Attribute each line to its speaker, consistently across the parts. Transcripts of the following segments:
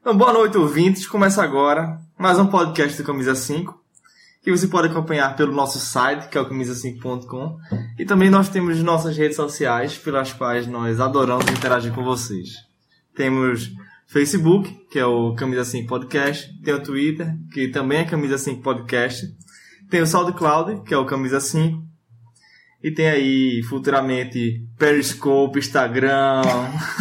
Speaker 1: Então, boa noite, ouvintes. Começa agora mais um podcast do Camisa 5, que você pode acompanhar pelo nosso site, que é o camisa5.com. E também nós temos nossas redes sociais, pelas quais nós adoramos interagir com vocês. Temos Facebook, que é o Camisa 5 Podcast. Tem o Twitter, que também é Camisa 5 Podcast. Tem o SoundCloud, que é o Camisa 5. E tem aí, futuramente, Periscope, Instagram,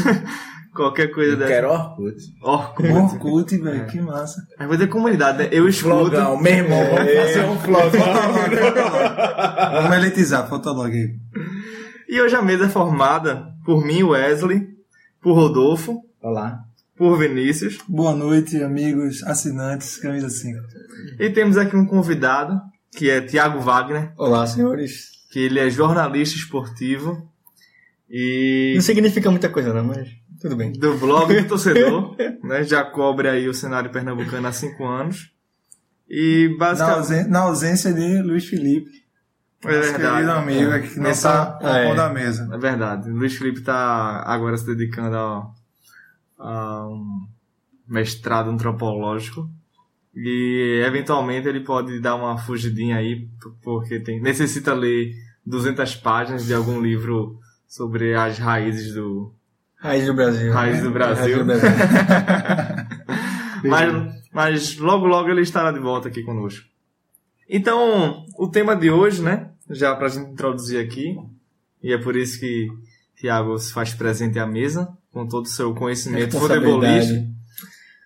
Speaker 1: qualquer coisa
Speaker 2: Eu
Speaker 1: dessa.
Speaker 2: quero Orkut.
Speaker 1: Orkut.
Speaker 3: Orkut,
Speaker 4: É.
Speaker 3: velho, que massa.
Speaker 1: Aí vai ter comunidade, né? Eu escuto.
Speaker 2: Flogão, meu irmão, vamos fazer um flogão.
Speaker 3: Vamos eletizar, falta logo aí.
Speaker 1: E hoje a mesa é formada por mim, Wesley, por Rodolfo,
Speaker 2: Olá.
Speaker 1: por Vinícius.
Speaker 3: Boa noite, amigos, assinantes, camisa 5.
Speaker 1: E temos aqui um convidado, que é Tiago Wagner,
Speaker 2: Olá, senhores.
Speaker 1: que ele é jornalista esportivo e
Speaker 4: Não significa muita coisa, não, mas tudo bem.
Speaker 1: do blog do torcedor, né? Já cobre aí o cenário pernambucano há cinco anos. E
Speaker 3: Na,
Speaker 1: basicamente.
Speaker 3: ausen- na ausência de Luiz Felipe,
Speaker 1: é
Speaker 3: nosso
Speaker 1: verdade.
Speaker 3: querido amigo, aqui que não tá está
Speaker 4: É.
Speaker 3: pondo a mesa.
Speaker 1: É verdade. Luiz Felipe está agora se dedicando ao- a um mestrado antropológico. E eventualmente ele pode dar uma fugidinha aí, p- porque tem, necessita ler 200 páginas de algum livro sobre as raízes do,
Speaker 4: Raiz do Brasil.
Speaker 1: Raiz do Brasil.
Speaker 4: Raiz do Brasil.
Speaker 1: mas, mas logo logo ele estará de volta aqui conosco. Então, o tema de hoje, né? Já pra gente introduzir aqui, e é por isso que Tiago se faz presente à mesa, com todo o seu conhecimento futebolístico,
Speaker 4: Responsabilidade.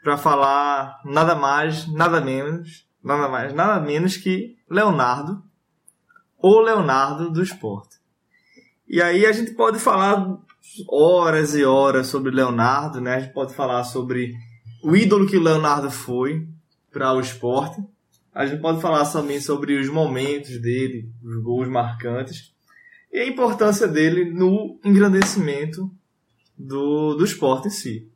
Speaker 1: para falar nada mais, nada menos, nada mais, nada menos que Leonardo, ou Leonardo do esporte. E aí a gente pode falar horas e horas sobre Leonardo, né? A gente pode falar sobre o ídolo que o Leonardo foi para o esporte. A gente pode falar também sobre os momentos dele, os gols marcantes e a importância dele no engrandecimento do, do esporte em si.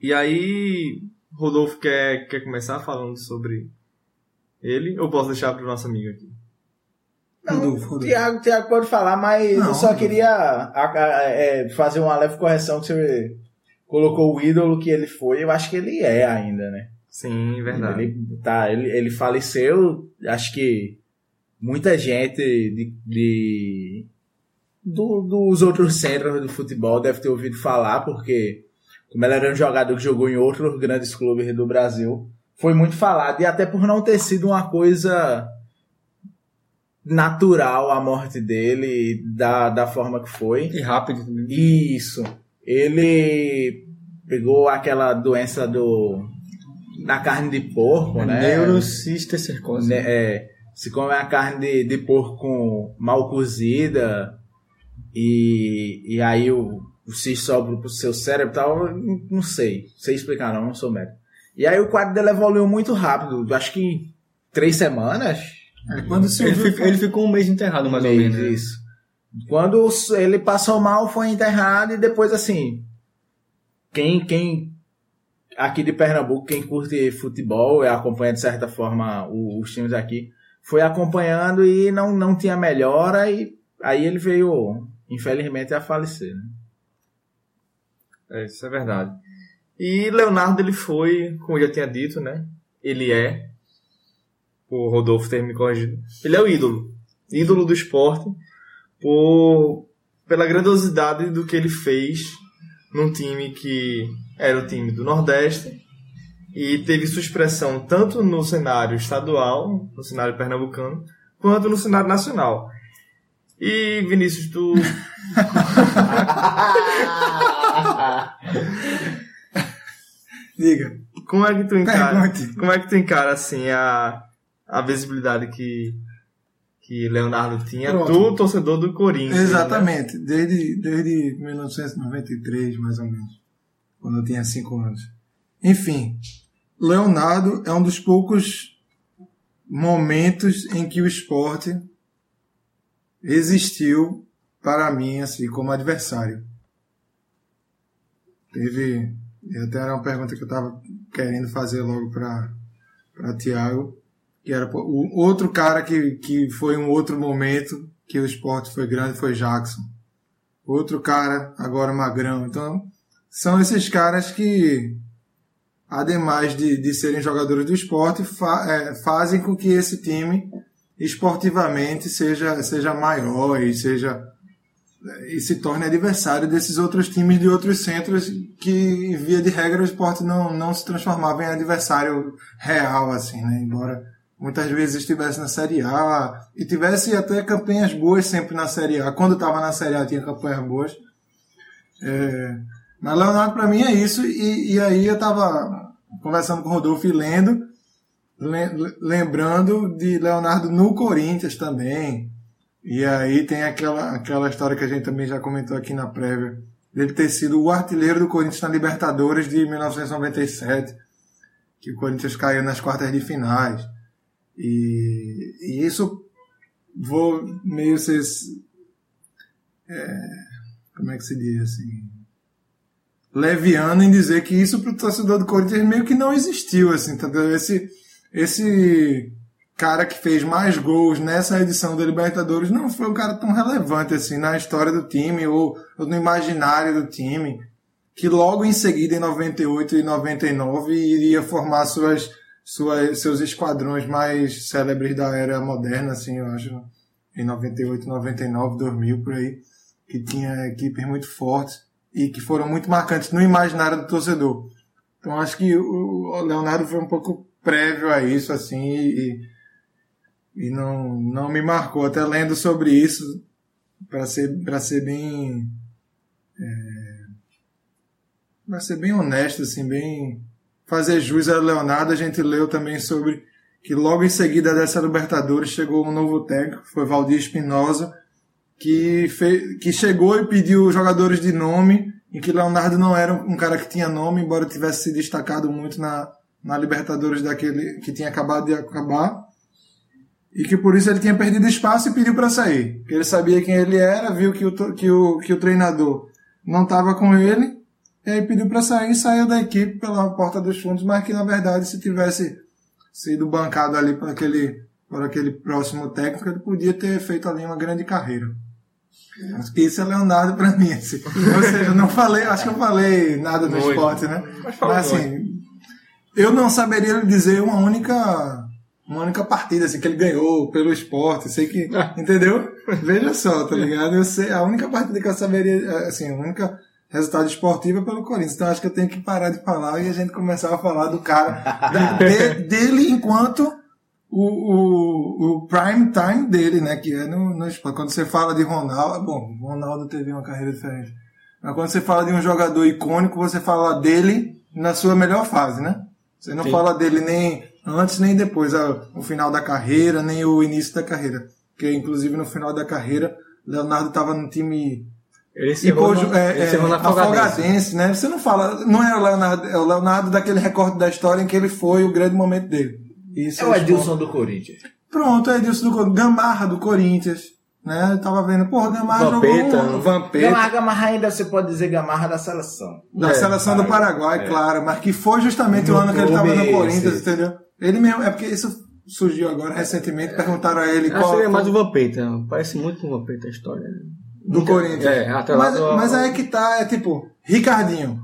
Speaker 1: E aí, Rodolfo quer, quer começar falando sobre ele? Ou posso deixar para o nosso amigo aqui?
Speaker 3: Rodolfo, Rodolfo.
Speaker 2: Tiago, Tiago pode falar, mas
Speaker 3: Não,
Speaker 2: eu só
Speaker 3: não.
Speaker 2: queria a- a- é, fazer uma leve correção que você colocou o ídolo que ele foi. Eu acho que ele é ainda, né?
Speaker 1: Sim, É verdade.
Speaker 2: Ele, tá, ele, ele faleceu, acho que muita gente de, de- do- dos outros centros do futebol deve ter ouvido falar, porque como ele era um jogador que jogou em outros grandes clubes do Brasil, foi muito falado, e até por não ter sido uma coisa natural a morte dele, da, da forma que foi.
Speaker 4: E rápido também.
Speaker 2: Isso. Ele pegou aquela doença do da carne de porco, né?
Speaker 4: Neurocistercercose.
Speaker 2: Ne- é, se come a carne de, de porco mal cozida e, e aí o, o cisto sobra pro seu cérebro e tal, eu não- não sei. Sei explicar, não, não sou médico. E aí o quadro dele evoluiu muito rápido, acho que em três semanas.
Speaker 3: É, Quando se
Speaker 4: Ele,
Speaker 3: ouviu,
Speaker 4: ficou, ele ficou um mês enterrado, mais ou
Speaker 2: Meio
Speaker 4: menos. né?
Speaker 2: disso. Quando s- ele passou mal, foi enterrado e depois assim. Quem, quem aqui de Pernambuco, quem curte futebol e acompanha de certa forma o- os times aqui, foi acompanhando e não, não tinha melhora e aí ele veio, infelizmente, a falecer. né?
Speaker 1: É, isso é verdade. E Leonardo, ele foi, como eu já tinha dito, né? Ele é, o Rodolfo ter me corrigido, ele é o ídolo. Ídolo do esporte por, pela grandiosidade do que ele fez num time que era o time do Nordeste e teve sua expressão tanto no cenário estadual, no cenário pernambucano, quanto no cenário nacional. E, Vinícius, tu
Speaker 3: diga,
Speaker 1: Como é que tu encara?
Speaker 3: pergunte.
Speaker 1: Como é que tu encara assim a, a visibilidade que que Leonardo tinha
Speaker 3: Pronto.
Speaker 1: do torcedor do Corinthians? né?
Speaker 3: Exatamente, desde, desde 1993, mais ou menos, quando eu tinha 5 anos. Enfim, Leonardo é um dos poucos momentos em que o esporte existiu para mim, assim, como adversário. Teve. Até era uma pergunta que eu estava querendo fazer logo para Tiago que era pô, o outro cara que, que foi um outro momento que o esporte foi grande foi Jackson. Outro cara agora Magrão. Então são esses caras que ademais de, de serem jogadores do esporte, fa- é, fazem com que esse time esportivamente seja, seja maior e seja e se torne adversário desses outros times de outros centros que, via de regra, o esporte não, não se transformava em adversário real, assim, né? Embora muitas vezes estivesse na Série A e tivesse até campanhas boas sempre na Série A. Quando estava na Série A tinha campanhas boas. É, mas Leonardo, para mim, é isso. E, e aí eu estava conversando com o Rodolfo e lendo, le- lembrando de Leonardo no Corinthians também. E aí tem aquela, aquela história que a gente também já comentou aqui na prévia, dele ter sido o artilheiro do Corinthians na Libertadores de 1997, que o Corinthians caiu nas quartas de finais. E, e isso vou meio ser. é, como é que se diz assim? Leviano em dizer que isso pro torcedor do Corinthians meio que não existiu, assim, tá entendendo? Esse, esse cara que fez mais gols nessa edição da Libertadores não foi um cara tão relevante assim na história do time ou, ou no imaginário do time, que logo em seguida, em 98 e 99, iria formar suas, suas, seus esquadrões mais célebres da era moderna, assim, eu acho, em 98, 99, 2000, por aí, que tinha equipes muito fortes e que foram muito marcantes no imaginário do torcedor. Então acho que o o Leonardo foi um pouco prévio a isso, assim, e, e não, não me marcou. Até lendo sobre isso, para ser, pra ser bem. É, pra ser bem honesto, assim, bem. Fazer jus a Leonardo, a gente leu também sobre que logo em seguida dessa Libertadores chegou um novo técnico, foi Valdir Espinosa, que, fe- que chegou e pediu jogadores de nome, em que Leonardo não era um cara que tinha nome, embora tivesse se destacado muito na, na Libertadores daquele que tinha acabado de acabar, e que por isso ele tinha perdido espaço e pediu para sair. Porque ele sabia quem ele era, viu que o, to- que o, que o treinador não estava com ele, e aí pediu para sair e saiu da equipe pela porta dos fundos, mas que na verdade se tivesse sido bancado ali por aquele, por aquele próximo técnico, ele podia ter feito ali uma grande carreira. Acho que Isso é Leonardo pra mim. assim. Ou seja, eu não falei, acho que eu falei nada do
Speaker 1: Muito.
Speaker 3: esporte, né?
Speaker 1: Mas falou
Speaker 3: Mas assim, eu não saberia lhe dizer uma única, uma única partida assim, que ele ganhou pelo esporte. Sei que, entendeu? Veja só, tá ligado? Eu sei, a única partida que eu saberia, assim, a única resultado esportivo é pelo Corinthians. Então acho que eu tenho que parar de falar e a gente começar a falar do cara, de- dele enquanto o, o, o prime time dele, né? Que é no, no esporte. Quando você fala de Ronaldo, é bom, o Ronaldo teve uma carreira diferente. Mas quando você fala de um jogador icônico, você fala dele na sua melhor fase, né? Você não fala dele nem antes nem depois, ah, o final da carreira, nem o início da carreira. Porque, inclusive, no final da carreira, Leonardo estava no time
Speaker 4: Ele
Speaker 3: e pô,
Speaker 4: encerrou no-
Speaker 3: é,
Speaker 4: ele
Speaker 3: é,
Speaker 4: encerrou na Afogadense.
Speaker 3: Afogadense, né? Você não fala, não é o Leonardo, é o Leonardo daquele recorte da história em que ele foi o grande momento dele. Isso
Speaker 2: É o
Speaker 3: esporte.
Speaker 2: Edilson do Corinthians.
Speaker 3: Pronto, é Edilson do Corinthians. Gamarra do Corinthians, né? Eu tava vendo, pô, Gamarra
Speaker 4: Vampeta.
Speaker 3: jogou um Vampeta,
Speaker 2: Gamarra, Gamarra ainda você pode dizer Gamarra da seleção.
Speaker 3: da
Speaker 4: É,
Speaker 3: seleção do Paraguai, claro, mas que foi justamente o
Speaker 2: No
Speaker 3: ano que ele tava
Speaker 2: clube,
Speaker 3: no Corinthians,
Speaker 2: sim.
Speaker 3: entendeu? Ele mesmo, é porque isso surgiu agora recentemente, perguntaram a ele
Speaker 4: Acho
Speaker 3: qual
Speaker 4: que é mais o Vampeta. Parece muito com o Vampeta a história. né?
Speaker 3: do Corinthians.
Speaker 4: É, até lá
Speaker 3: mas,
Speaker 4: do-
Speaker 3: mas aí que tá, é tipo, Ricardinho.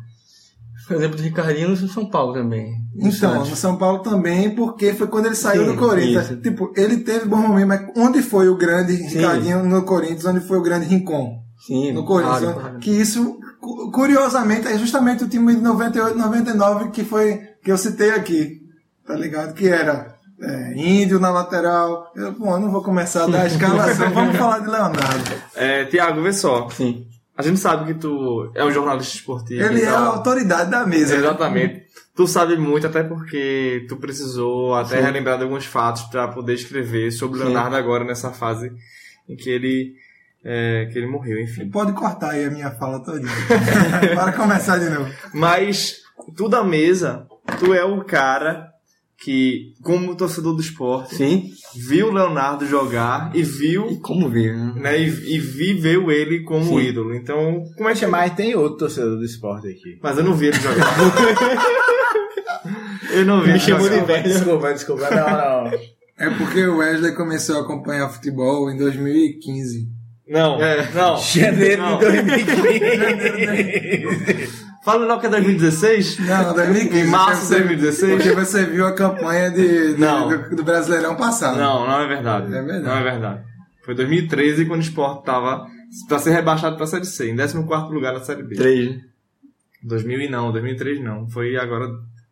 Speaker 4: Por exemplo, do Ricardinho no São Paulo também. No
Speaker 3: Então,
Speaker 4: Santos.
Speaker 3: no São Paulo também, porque foi quando ele saiu
Speaker 4: Sim,
Speaker 3: do Corinthians.
Speaker 4: isso.
Speaker 3: Tipo, ele teve bom momento, mas onde foi o grande Ricardinho no Corinthians? Onde foi o grande Rincon?
Speaker 4: Sim,
Speaker 3: No Corinthians.
Speaker 4: claro,
Speaker 3: né?
Speaker 4: claro.
Speaker 3: Que isso, cu- curiosamente, é justamente o time de 98, 99 que foi, que eu citei aqui. Tá ligado? Que era é, Índio na lateral. Eu, bom, eu não vou começar a dar a escalação, vamos falar de Leonardo.
Speaker 1: É, Tiago, vê só.
Speaker 4: Sim.
Speaker 1: A gente sabe que tu é um jornalista esportivo.
Speaker 3: Ele é a
Speaker 1: então-
Speaker 3: autoridade da mesa.
Speaker 1: Exatamente. Tu sabe muito, até porque tu precisou até relembrar de alguns fatos para poder escrever sobre o
Speaker 4: Sim.
Speaker 1: Leonardo agora nessa fase em que ele, é, que ele morreu, enfim.
Speaker 3: Pode cortar aí a minha fala todinha. Para começar de novo.
Speaker 1: Mas tu da mesa, tu é o cara que, como torcedor do esporte,
Speaker 4: Sim.
Speaker 1: viu o Leonardo jogar e
Speaker 4: E
Speaker 1: viu,
Speaker 4: como ver, né?
Speaker 1: né, e, e viveu ele como
Speaker 4: Sim.
Speaker 1: ídolo. Então, como é que
Speaker 2: Poxa, Mas tem outro torcedor do esporte aqui.
Speaker 1: Mas eu não vi ele jogar. eu não vi
Speaker 4: Me
Speaker 1: ele
Speaker 4: chamou
Speaker 1: jogar.
Speaker 4: de velho.
Speaker 2: Desculpa, desculpa. Não, não.
Speaker 3: É porque o Wesley começou a acompanhar futebol em 2015.
Speaker 1: É. Não, não.
Speaker 2: Janeiro
Speaker 1: Não.
Speaker 2: de 2015.
Speaker 1: Fala logo que é 2016?
Speaker 3: Não, 2015.
Speaker 1: Em março de
Speaker 3: porque você-
Speaker 1: 2016?
Speaker 3: Porque você viu a campanha de, de-
Speaker 1: Não.
Speaker 3: do, do Brasileirão passado.
Speaker 1: Não, não é verdade.
Speaker 3: É verdade.
Speaker 1: Não é verdade. Foi 2013 quando o Sport tava pra ser rebaixado pra Série C, em 14º lugar na Série B.
Speaker 4: 3.
Speaker 1: 2000 e não, 2003 não. Foi agora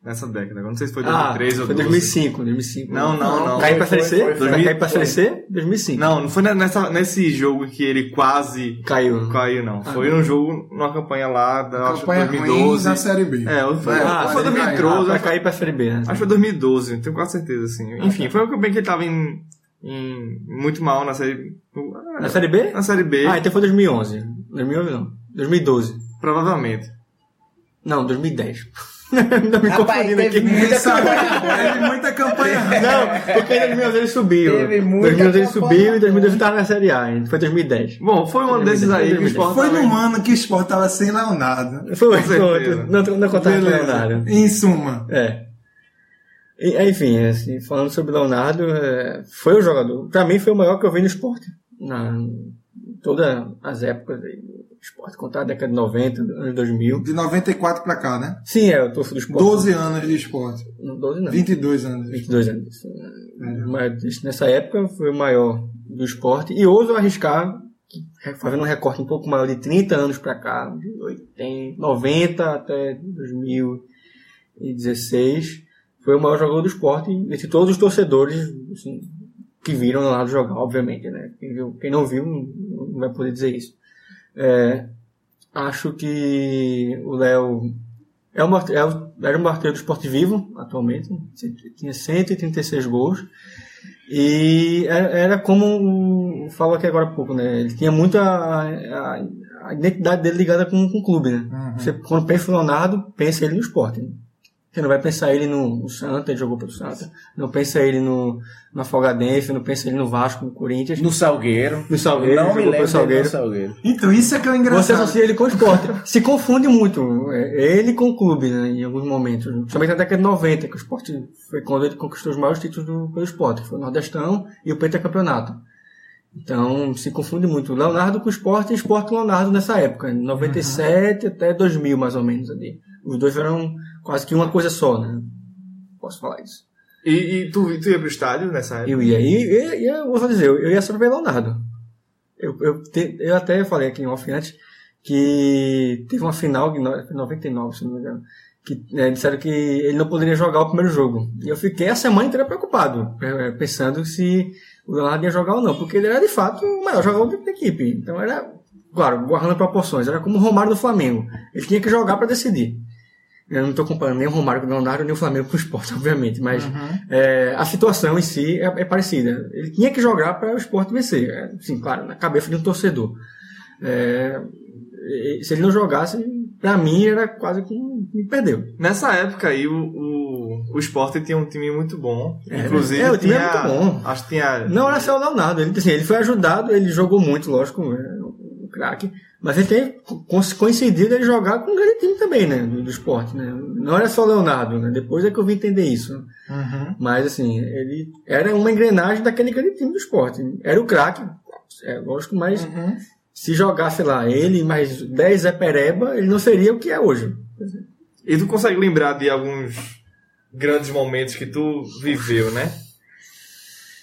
Speaker 1: nessa década. Agora não sei se foi
Speaker 4: Ah,
Speaker 1: 2003 ou
Speaker 4: foi
Speaker 1: 2005.
Speaker 4: 2005, 2005.
Speaker 1: Não, não, não.
Speaker 4: Caiu pra
Speaker 2: Foi,
Speaker 4: Série
Speaker 2: foi,
Speaker 4: C?
Speaker 2: foi,
Speaker 4: Vai cair pra
Speaker 2: foi.
Speaker 4: Série C? 2005.
Speaker 1: Não, não foi ne- nessa, nesse jogo que ele quase
Speaker 4: Caiu.
Speaker 1: caiu, não. Foi
Speaker 4: Ah.
Speaker 1: num jogo, numa campanha lá da acho que
Speaker 3: Campanha ruim
Speaker 1: 2012.
Speaker 3: da Série B.
Speaker 1: É, ou foi,
Speaker 3: É,
Speaker 1: ou
Speaker 3: quase
Speaker 1: foi
Speaker 3: caiu.
Speaker 4: Ah,
Speaker 1: 2012.
Speaker 4: vai Ah, Ah, cair pra Série B. né?
Speaker 1: Acho que foi 2012, tenho quase certeza, assim.
Speaker 4: tá.
Speaker 1: Enfim, foi uma campanha que ele tava em, em- muito mal na série.
Speaker 4: Na Série B?
Speaker 1: Na série B,
Speaker 4: Ah, então foi 2011. 2011 não. 2012.
Speaker 1: provavelmente.
Speaker 4: Não, 2010. Não me
Speaker 2: Rapaz,
Speaker 4: confundindo
Speaker 2: teve
Speaker 4: aqui.
Speaker 2: muita
Speaker 3: Essa- Teve muita campanha ruim.
Speaker 4: Não, porque em 2011 ele subiu.
Speaker 2: Teve muita
Speaker 4: 2011 ele
Speaker 2: campanha.
Speaker 4: subiu e 2012 tava na Série A. hein? Foi 2010.
Speaker 1: Bom, foi um desses aí que o Sport
Speaker 3: Foi
Speaker 1: tava
Speaker 3: num ano que o Sport tava sem Leonardo.
Speaker 4: Foi,
Speaker 1: certeza.
Speaker 4: foi. Não, não contava com o Leonardo.
Speaker 3: Em suma,
Speaker 4: É. E, Enfim, assim, falando sobre o Leonardo, é, foi o jogador. Pra mim, foi o maior que eu vi no esporte. Na, em todas as épocas aí do esporte, contar a década de 90, anos 2000.
Speaker 3: de 94 pra cá, né?
Speaker 4: Sim, é, eu torço do esporte.
Speaker 3: 12 anos de Sport.
Speaker 4: Não, 12 não.
Speaker 3: 22 anos.
Speaker 4: 22 anos. Mas nessa época foi o maior do esporte. E ouso arriscar, que, fazendo um recorte um pouco maior de 30 anos para cá, de 80, 90 até 2016, foi o maior jogador do esporte entre todos os torcedores assim, que viram lá do jogar, obviamente. Né? Quem, viu- quem não viu não não vai poder dizer isso. É, acho que o Léo é o maior- é o- era o maior artilheiro do esporte vivo, atualmente. Tinha 136 gols. E era, era como o- falou aqui agora há pouco, né? Ele tinha muito a, a- a identidade dele ligada com, com o clube, né?
Speaker 1: Uhum.
Speaker 2: Uhum.
Speaker 3: Uhum.
Speaker 4: Você, quando pensa no Leonardo, pensa ele no esporte. Né? Você não vai pensar ele no, no Santa, ele jogou pelo Santa. Não pensa ele no, no Afogadense, não pensa ele no Vasco, no Corinthians.
Speaker 2: No Salgueiro.
Speaker 4: No Salgueiro,
Speaker 2: não
Speaker 4: jogou
Speaker 2: me
Speaker 4: pelo
Speaker 2: lembro dele
Speaker 4: Salgueiro.
Speaker 2: no Salgueiro.
Speaker 3: Então, isso é que é o engraçado.
Speaker 4: Você associa ele com o esporte. Se confunde muito. é, Ele com o clube, né, em alguns momentos. Principalmente na década de 90, que o esporte foi quando ele conquistou os maiores títulos do, pelo esporte. que Foi o Nordestão e o Pentacampeonato. Então, se confunde muito. Leonardo com o esporte e esporte com o Leonardo nessa época. em 97 até 2000, mais ou menos. ali. Os dois eram quase que uma coisa só, né? Posso falar isso.
Speaker 1: E, e tu, tu ia pro estádio nessa época?
Speaker 4: Eu ia, e, e, e eu vou dizer, eu, eu ia só ver Leonardo. Eu, eu, te- eu até falei aqui em off antes que teve uma final em no- 99, se não me engano, que né, disseram que ele não poderia jogar o primeiro jogo. E eu fiquei a semana inteira preocupado, eh, pensando se o Leonardo ia jogar ou não, porque ele era de fato o maior jogador da equipe. Então era, claro, guardando proporções, era como o Romário do Flamengo. Ele tinha que jogar para decidir. Eu não estou comparando nem o Romário com o Leonardo, nem o Flamengo com o esporte, obviamente, mas
Speaker 3: Uhum.
Speaker 4: é, a situação em si é, é parecida. Ele tinha que jogar para o esporte vencer. É, sim, claro, na cabeça de um torcedor. É, e- se ele não jogasse, para mim era quase que um- me perdeu.
Speaker 1: Nessa época aí, o, o, o Sport tinha um time muito bom.
Speaker 4: É,
Speaker 1: Inclusive,
Speaker 4: é, o time
Speaker 1: tinha,
Speaker 4: é muito bom.
Speaker 1: Acho que tinha.
Speaker 4: Não é- era só o Leonardo, ele, assim, ele foi ajudado, ele jogou muito, lógico, é, o craque, mas ele tem co- coincidido ele jogar com um grande time também, né, do, do esporte, né. Não era só o Leonardo, né, depois é que eu vim entender isso.
Speaker 3: Uhum.
Speaker 4: Mas assim, ele era uma engrenagem daquele grande time do esporte. Era o craque, é lógico, mas
Speaker 3: Uhum.
Speaker 4: se jogasse lá ele e mais 10 Zé Pereba, ele não seria o que é hoje.
Speaker 1: E tu consegue lembrar de alguns grandes momentos que tu viveu, né?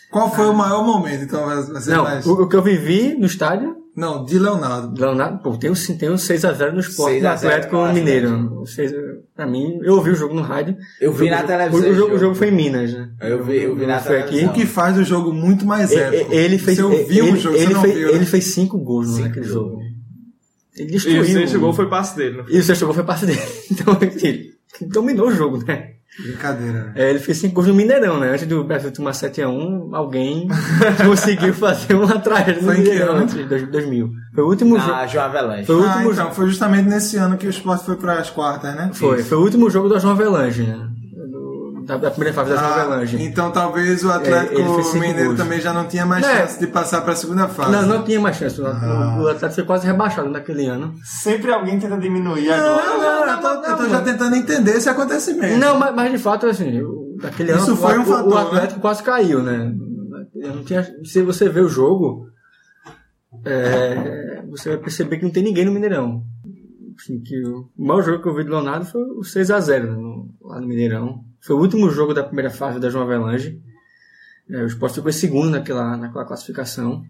Speaker 3: Qual foi o maior momento? Então, você
Speaker 4: não,
Speaker 3: mais...
Speaker 4: o, o que eu vivi no estádio,
Speaker 3: Não, de Leonardo.
Speaker 4: Leonardo, pô, tem um, tem um 6x0 no esporte
Speaker 2: 6
Speaker 4: do
Speaker 2: a 0
Speaker 4: Atlético
Speaker 2: no
Speaker 4: Mineiro. O seis- Pra mim, eu ouvi o jogo no rádio.
Speaker 2: Eu vi
Speaker 4: O
Speaker 2: na
Speaker 4: jogo-
Speaker 2: televisão.
Speaker 4: O, o jogo, o jogo foi em Minas, né?
Speaker 2: Eu vi, eu vi na
Speaker 4: Foi
Speaker 2: televisão.
Speaker 4: aqui.
Speaker 3: O que faz do jogo muito mais
Speaker 4: E-
Speaker 3: épico.
Speaker 4: e- É, Ele fez, é,
Speaker 3: Você ouviu
Speaker 4: ele,
Speaker 3: o jogo,
Speaker 4: ele
Speaker 3: você não
Speaker 4: fez,
Speaker 3: viu. né?
Speaker 4: ele fez cinco gols
Speaker 2: Cinco
Speaker 4: naquele
Speaker 2: gols.
Speaker 4: jogo. Ele
Speaker 1: E
Speaker 4: destruiu.
Speaker 1: o que chegou foi passe dele. não foi?
Speaker 4: E o sexto gol foi passe dele. Então, ele dominou o jogo, né?
Speaker 3: Brincadeira. né?
Speaker 4: É, ele fez cinco gols no Mineirão, né? Antes do Brasil tomar 7x1, alguém conseguiu fazer uma tragédia no
Speaker 3: Foi em que
Speaker 4: Mineirão
Speaker 3: ano?
Speaker 4: antes de dois- 2000. Foi o último jogo.
Speaker 2: Na João Avelanche.
Speaker 4: Foi o
Speaker 3: Ah,
Speaker 4: último
Speaker 3: então,
Speaker 4: jogo.
Speaker 3: foi justamente nesse ano que o Sport foi para as quartas, né?
Speaker 4: Foi, foi o último jogo da João Avelange, né? Do- Da, da primeira fase da João
Speaker 3: Ah,
Speaker 4: Avelange.
Speaker 3: então talvez o Atlético
Speaker 4: É, ele fez cinco
Speaker 3: Mineiro
Speaker 4: gols.
Speaker 3: também já não tinha mais
Speaker 4: É.
Speaker 3: chance de passar para a segunda fase. Ah.
Speaker 4: Não, não tinha mais chance. O o Atlético foi quase rebaixado naquele ano.
Speaker 1: Sempre alguém tenta diminuir a
Speaker 3: Não,
Speaker 1: glória.
Speaker 3: não, não, eu tô, eu tô já tentando entender esse acontecimento.
Speaker 4: Não, mas, mas de fato, assim, o- naquele ano
Speaker 3: Isso
Speaker 4: o-
Speaker 3: foi um
Speaker 4: o,
Speaker 3: fator,
Speaker 4: o Atlético quase caiu, né? Eu não tinha- se você ver o jogo, é, você vai perceber que não tem ninguém no Mineirão. enfim, que o o maior jogo que eu vi do Leonardo foi o 6x0 né, no- lá no Mineirão. Foi o último jogo da primeira fase da João Avelange. É, o Sport ficou em segundo naquela, naquela classificação.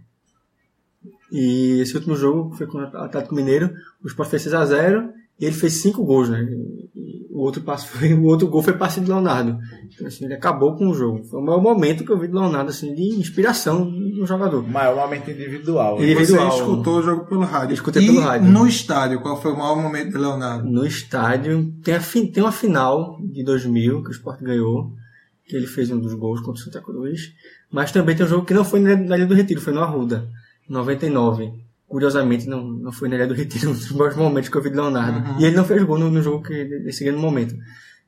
Speaker 4: E esse último jogo foi com o Atlético Mineiro. O Sport fez 6x0 e ele fez 5 gols, né? E- e o outro, passo foi, o outro gol foi passe de Leonardo. Então, assim, ele acabou com o jogo. Foi o maior momento que eu vi do Leonardo, assim, de inspiração do jogador.
Speaker 2: O maior momento individual.
Speaker 4: Ele-
Speaker 3: Você
Speaker 4: Individual.
Speaker 3: escutou o jogo pelo rádio.
Speaker 4: Escutei
Speaker 3: e
Speaker 4: pelo rádio.
Speaker 3: No estádio, qual foi o maior momento de Leonardo?
Speaker 4: no estádio. Tem, a fi- tem uma final de 2000 que o Sport ganhou, que ele fez um dos gols contra o Santa Cruz. Mas também tem um jogo que não foi na na Ilha do Retiro, foi no Arruda, em 99. Curiosamente, não, não foi na Ilha do Retiro, um dos maiores momentos que eu vi de Leonardo. E ele não fez gol no, no jogo que, nesse grande momento.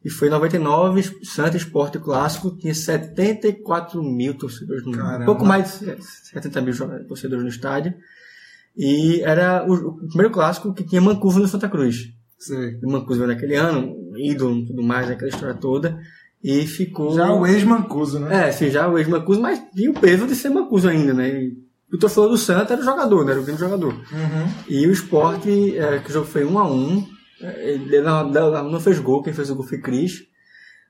Speaker 4: E foi em 99, Santa Esporte Clássico, tinha 74 mil torcedores no
Speaker 3: Caramba.
Speaker 4: Pouco mais de 70 mil jo- torcedores no estádio. E era o, o primeiro clássico que tinha Mancuso no Santa Cruz
Speaker 3: Sei.
Speaker 4: do Mancuso veio naquele ano, ídolo e tudo mais, aquela história toda. E ficou.
Speaker 3: Já o ex-Mancuso, né?
Speaker 4: É, sim, já o ex-Mancuso, mas tinha o peso de ser Mancuso ainda, né? E o torcedor do Santa era o jogador, né? Era o grande jogador.
Speaker 3: Uhum.
Speaker 4: E o esporte, é, que o jogo foi 1 a 1 é, ele não, não- não fez gol, quem fez o gol foi Cris.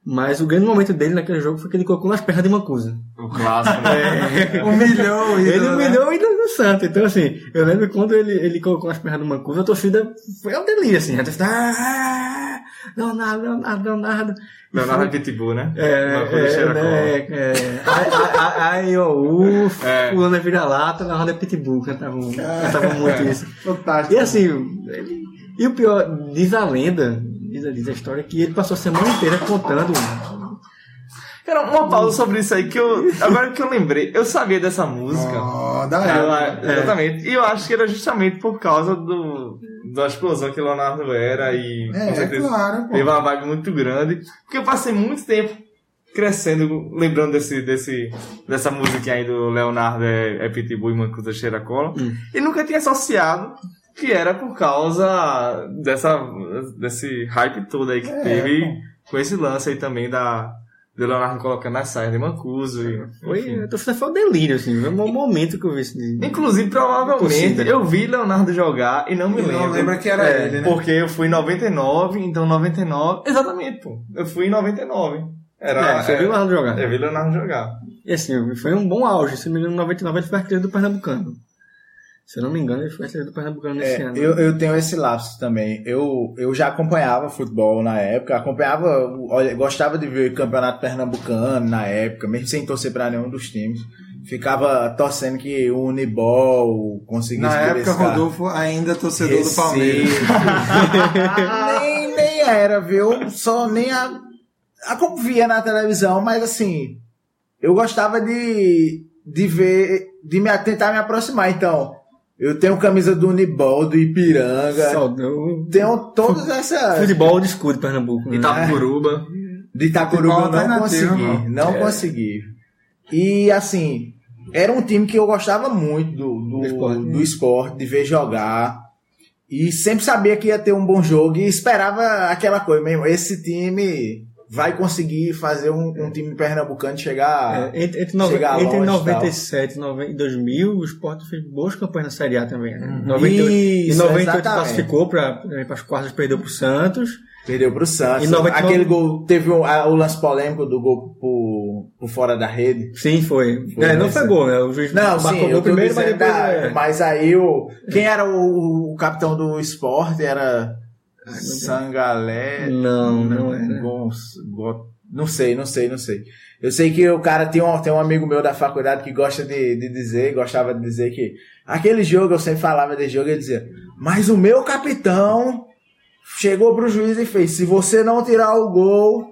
Speaker 4: Mas o grande momento dele naquele jogo foi que ele colocou nas pernas de Mancuso.
Speaker 1: O clássico,
Speaker 2: É,
Speaker 1: né?
Speaker 3: Uhum. Humilhou o ídolo,
Speaker 4: Ele
Speaker 3: né?
Speaker 4: humilhou o ídolo do Santa. Então, assim, eu lembro quando ele, ele colocou as pernas do Mancuso, a torcida foi um delírio, assim. A torcida. "Ah, Leonardo, Leonardo, Leonardo.
Speaker 1: Leonardo Pitbull, né?
Speaker 4: É,
Speaker 1: Uma coisa cheira a cola.
Speaker 4: é, é, é. Ai, ai, ai, ó, ufa,
Speaker 1: É.
Speaker 4: fulano é vira-lata, na roda é pitbull, cantavam, cantavam muito isso.
Speaker 3: Fantástico.
Speaker 4: E assim, ele- e o pior, diz a lenda, diz, a- diz a história, que ele passou a semana inteira contando.
Speaker 1: Cara, uma pausa sobre isso aí que eu. Agora que eu lembrei, eu sabia dessa música.
Speaker 3: Ó, da
Speaker 1: Ela-
Speaker 3: época.
Speaker 1: Exatamente. E eu acho que era justamente por causa do, da explosão que Leonardo era e
Speaker 3: É,
Speaker 1: com certeza
Speaker 3: claro, pô.
Speaker 1: teve uma vibe muito grande. Porque eu passei muito tempo crescendo, lembrando desse, desse, dessa musiquinha aí do Leonardo é, é Pitbull e Mancuso Cheira Cola.
Speaker 4: Hum.
Speaker 1: E nunca tinha associado que era por causa dessa, desse hype todo aí que
Speaker 3: É,
Speaker 1: teve
Speaker 3: pô.
Speaker 1: com esse lance aí também da, do Leonardo colocando na saia de Mancuso. E, enfim.
Speaker 4: Foi, a torcida foi um delírio, assim, foi um momento que eu vi isso. de-
Speaker 1: Inclusive, provavelmente,
Speaker 4: Torcida.
Speaker 1: eu vi Leonardo jogar e não me
Speaker 3: E
Speaker 1: lembro.
Speaker 3: não lembra que era
Speaker 1: É,
Speaker 3: ele, né?
Speaker 1: Porque eu fui em 99, então 99... Exatamente, pô. Eu fui em 99. Era,
Speaker 4: É, você viu o Leonardo jogar.
Speaker 1: Eu vi Leonardo jogar.
Speaker 4: E assim, foi um bom auge, se não me engano, em 99 ele foi artilheiro do Pernambucano. Se eu não me engano, ele foi artilheiro do Pernambucano nesse
Speaker 2: É,
Speaker 4: ano.
Speaker 2: eu, eu tenho esse lapso também. Eu, eu já acompanhava futebol na época, acompanhava, olha, gostava de ver campeonato pernambucano na época, mesmo sem torcer pra nenhum dos times. Ficava torcendo que o Unibol conseguisse
Speaker 3: Na época,
Speaker 2: beliscar.
Speaker 3: Rodolfo ainda torcedor do
Speaker 2: Recife.
Speaker 3: Palmeiras.
Speaker 2: nem, nem era, viu? Só nem a, a como via na televisão, mas assim, eu gostava de, de ver, de me, tentar me aproximar. Então, eu tenho camisa do Unibol, do Ipiranga,
Speaker 4: Saudade- o
Speaker 2: tenho todas essas.
Speaker 4: Futebol de escudo Pernambuco. né?
Speaker 1: É. Itapuruba.
Speaker 2: De Itacuruba
Speaker 3: Futebol
Speaker 2: eu não
Speaker 3: alternativo,
Speaker 2: consegui,
Speaker 3: mano.
Speaker 4: É.
Speaker 2: não consegui. E assim, era um time que eu gostava muito do, do, do
Speaker 4: Do esporte.
Speaker 2: esporte. de ver jogar. E sempre sabia que ia ter um bom jogo e esperava aquela coisa mesmo. Esse time vai conseguir fazer um, um time pernambucano chegar.
Speaker 4: É, entre entre, nove-
Speaker 2: Ah, chegar
Speaker 4: entre
Speaker 2: longe e
Speaker 4: 97 e nove- e 2000, o Sport fez boas campanhas na Série A também. Né? 98,
Speaker 2: Uhum. Isso,
Speaker 4: em 98
Speaker 2: exatamente.
Speaker 4: classificou para as quartas, perdeu para o Santos.
Speaker 2: Perdeu pro Santos.
Speaker 4: Em 99
Speaker 2: Aquele gol, teve o, a- o lance polêmico do gol pro, pro fora da rede.
Speaker 4: Sim, foi.
Speaker 2: Foi
Speaker 4: É, não
Speaker 2: nessa.
Speaker 4: foi gol, né? O juiz
Speaker 2: Não,
Speaker 4: marcou
Speaker 2: sim,
Speaker 4: gol
Speaker 2: eu tô
Speaker 4: primeiro,
Speaker 2: primeiro,
Speaker 4: mas
Speaker 2: mas,
Speaker 4: depois. é,
Speaker 2: mas aí o. Quem era o, o capitão do esporte era. Sangalé.
Speaker 4: Não, não é, né? era.
Speaker 2: Gons- Go- Não sei, não sei, não sei. Eu sei que o cara tem um, tem um amigo meu da faculdade que gosta de, de dizer, gostava de dizer que aquele jogo, eu sempre falava desse jogo, ele dizia, mas o meu capitão chegou pro juiz e fez, se você não tirar o gol,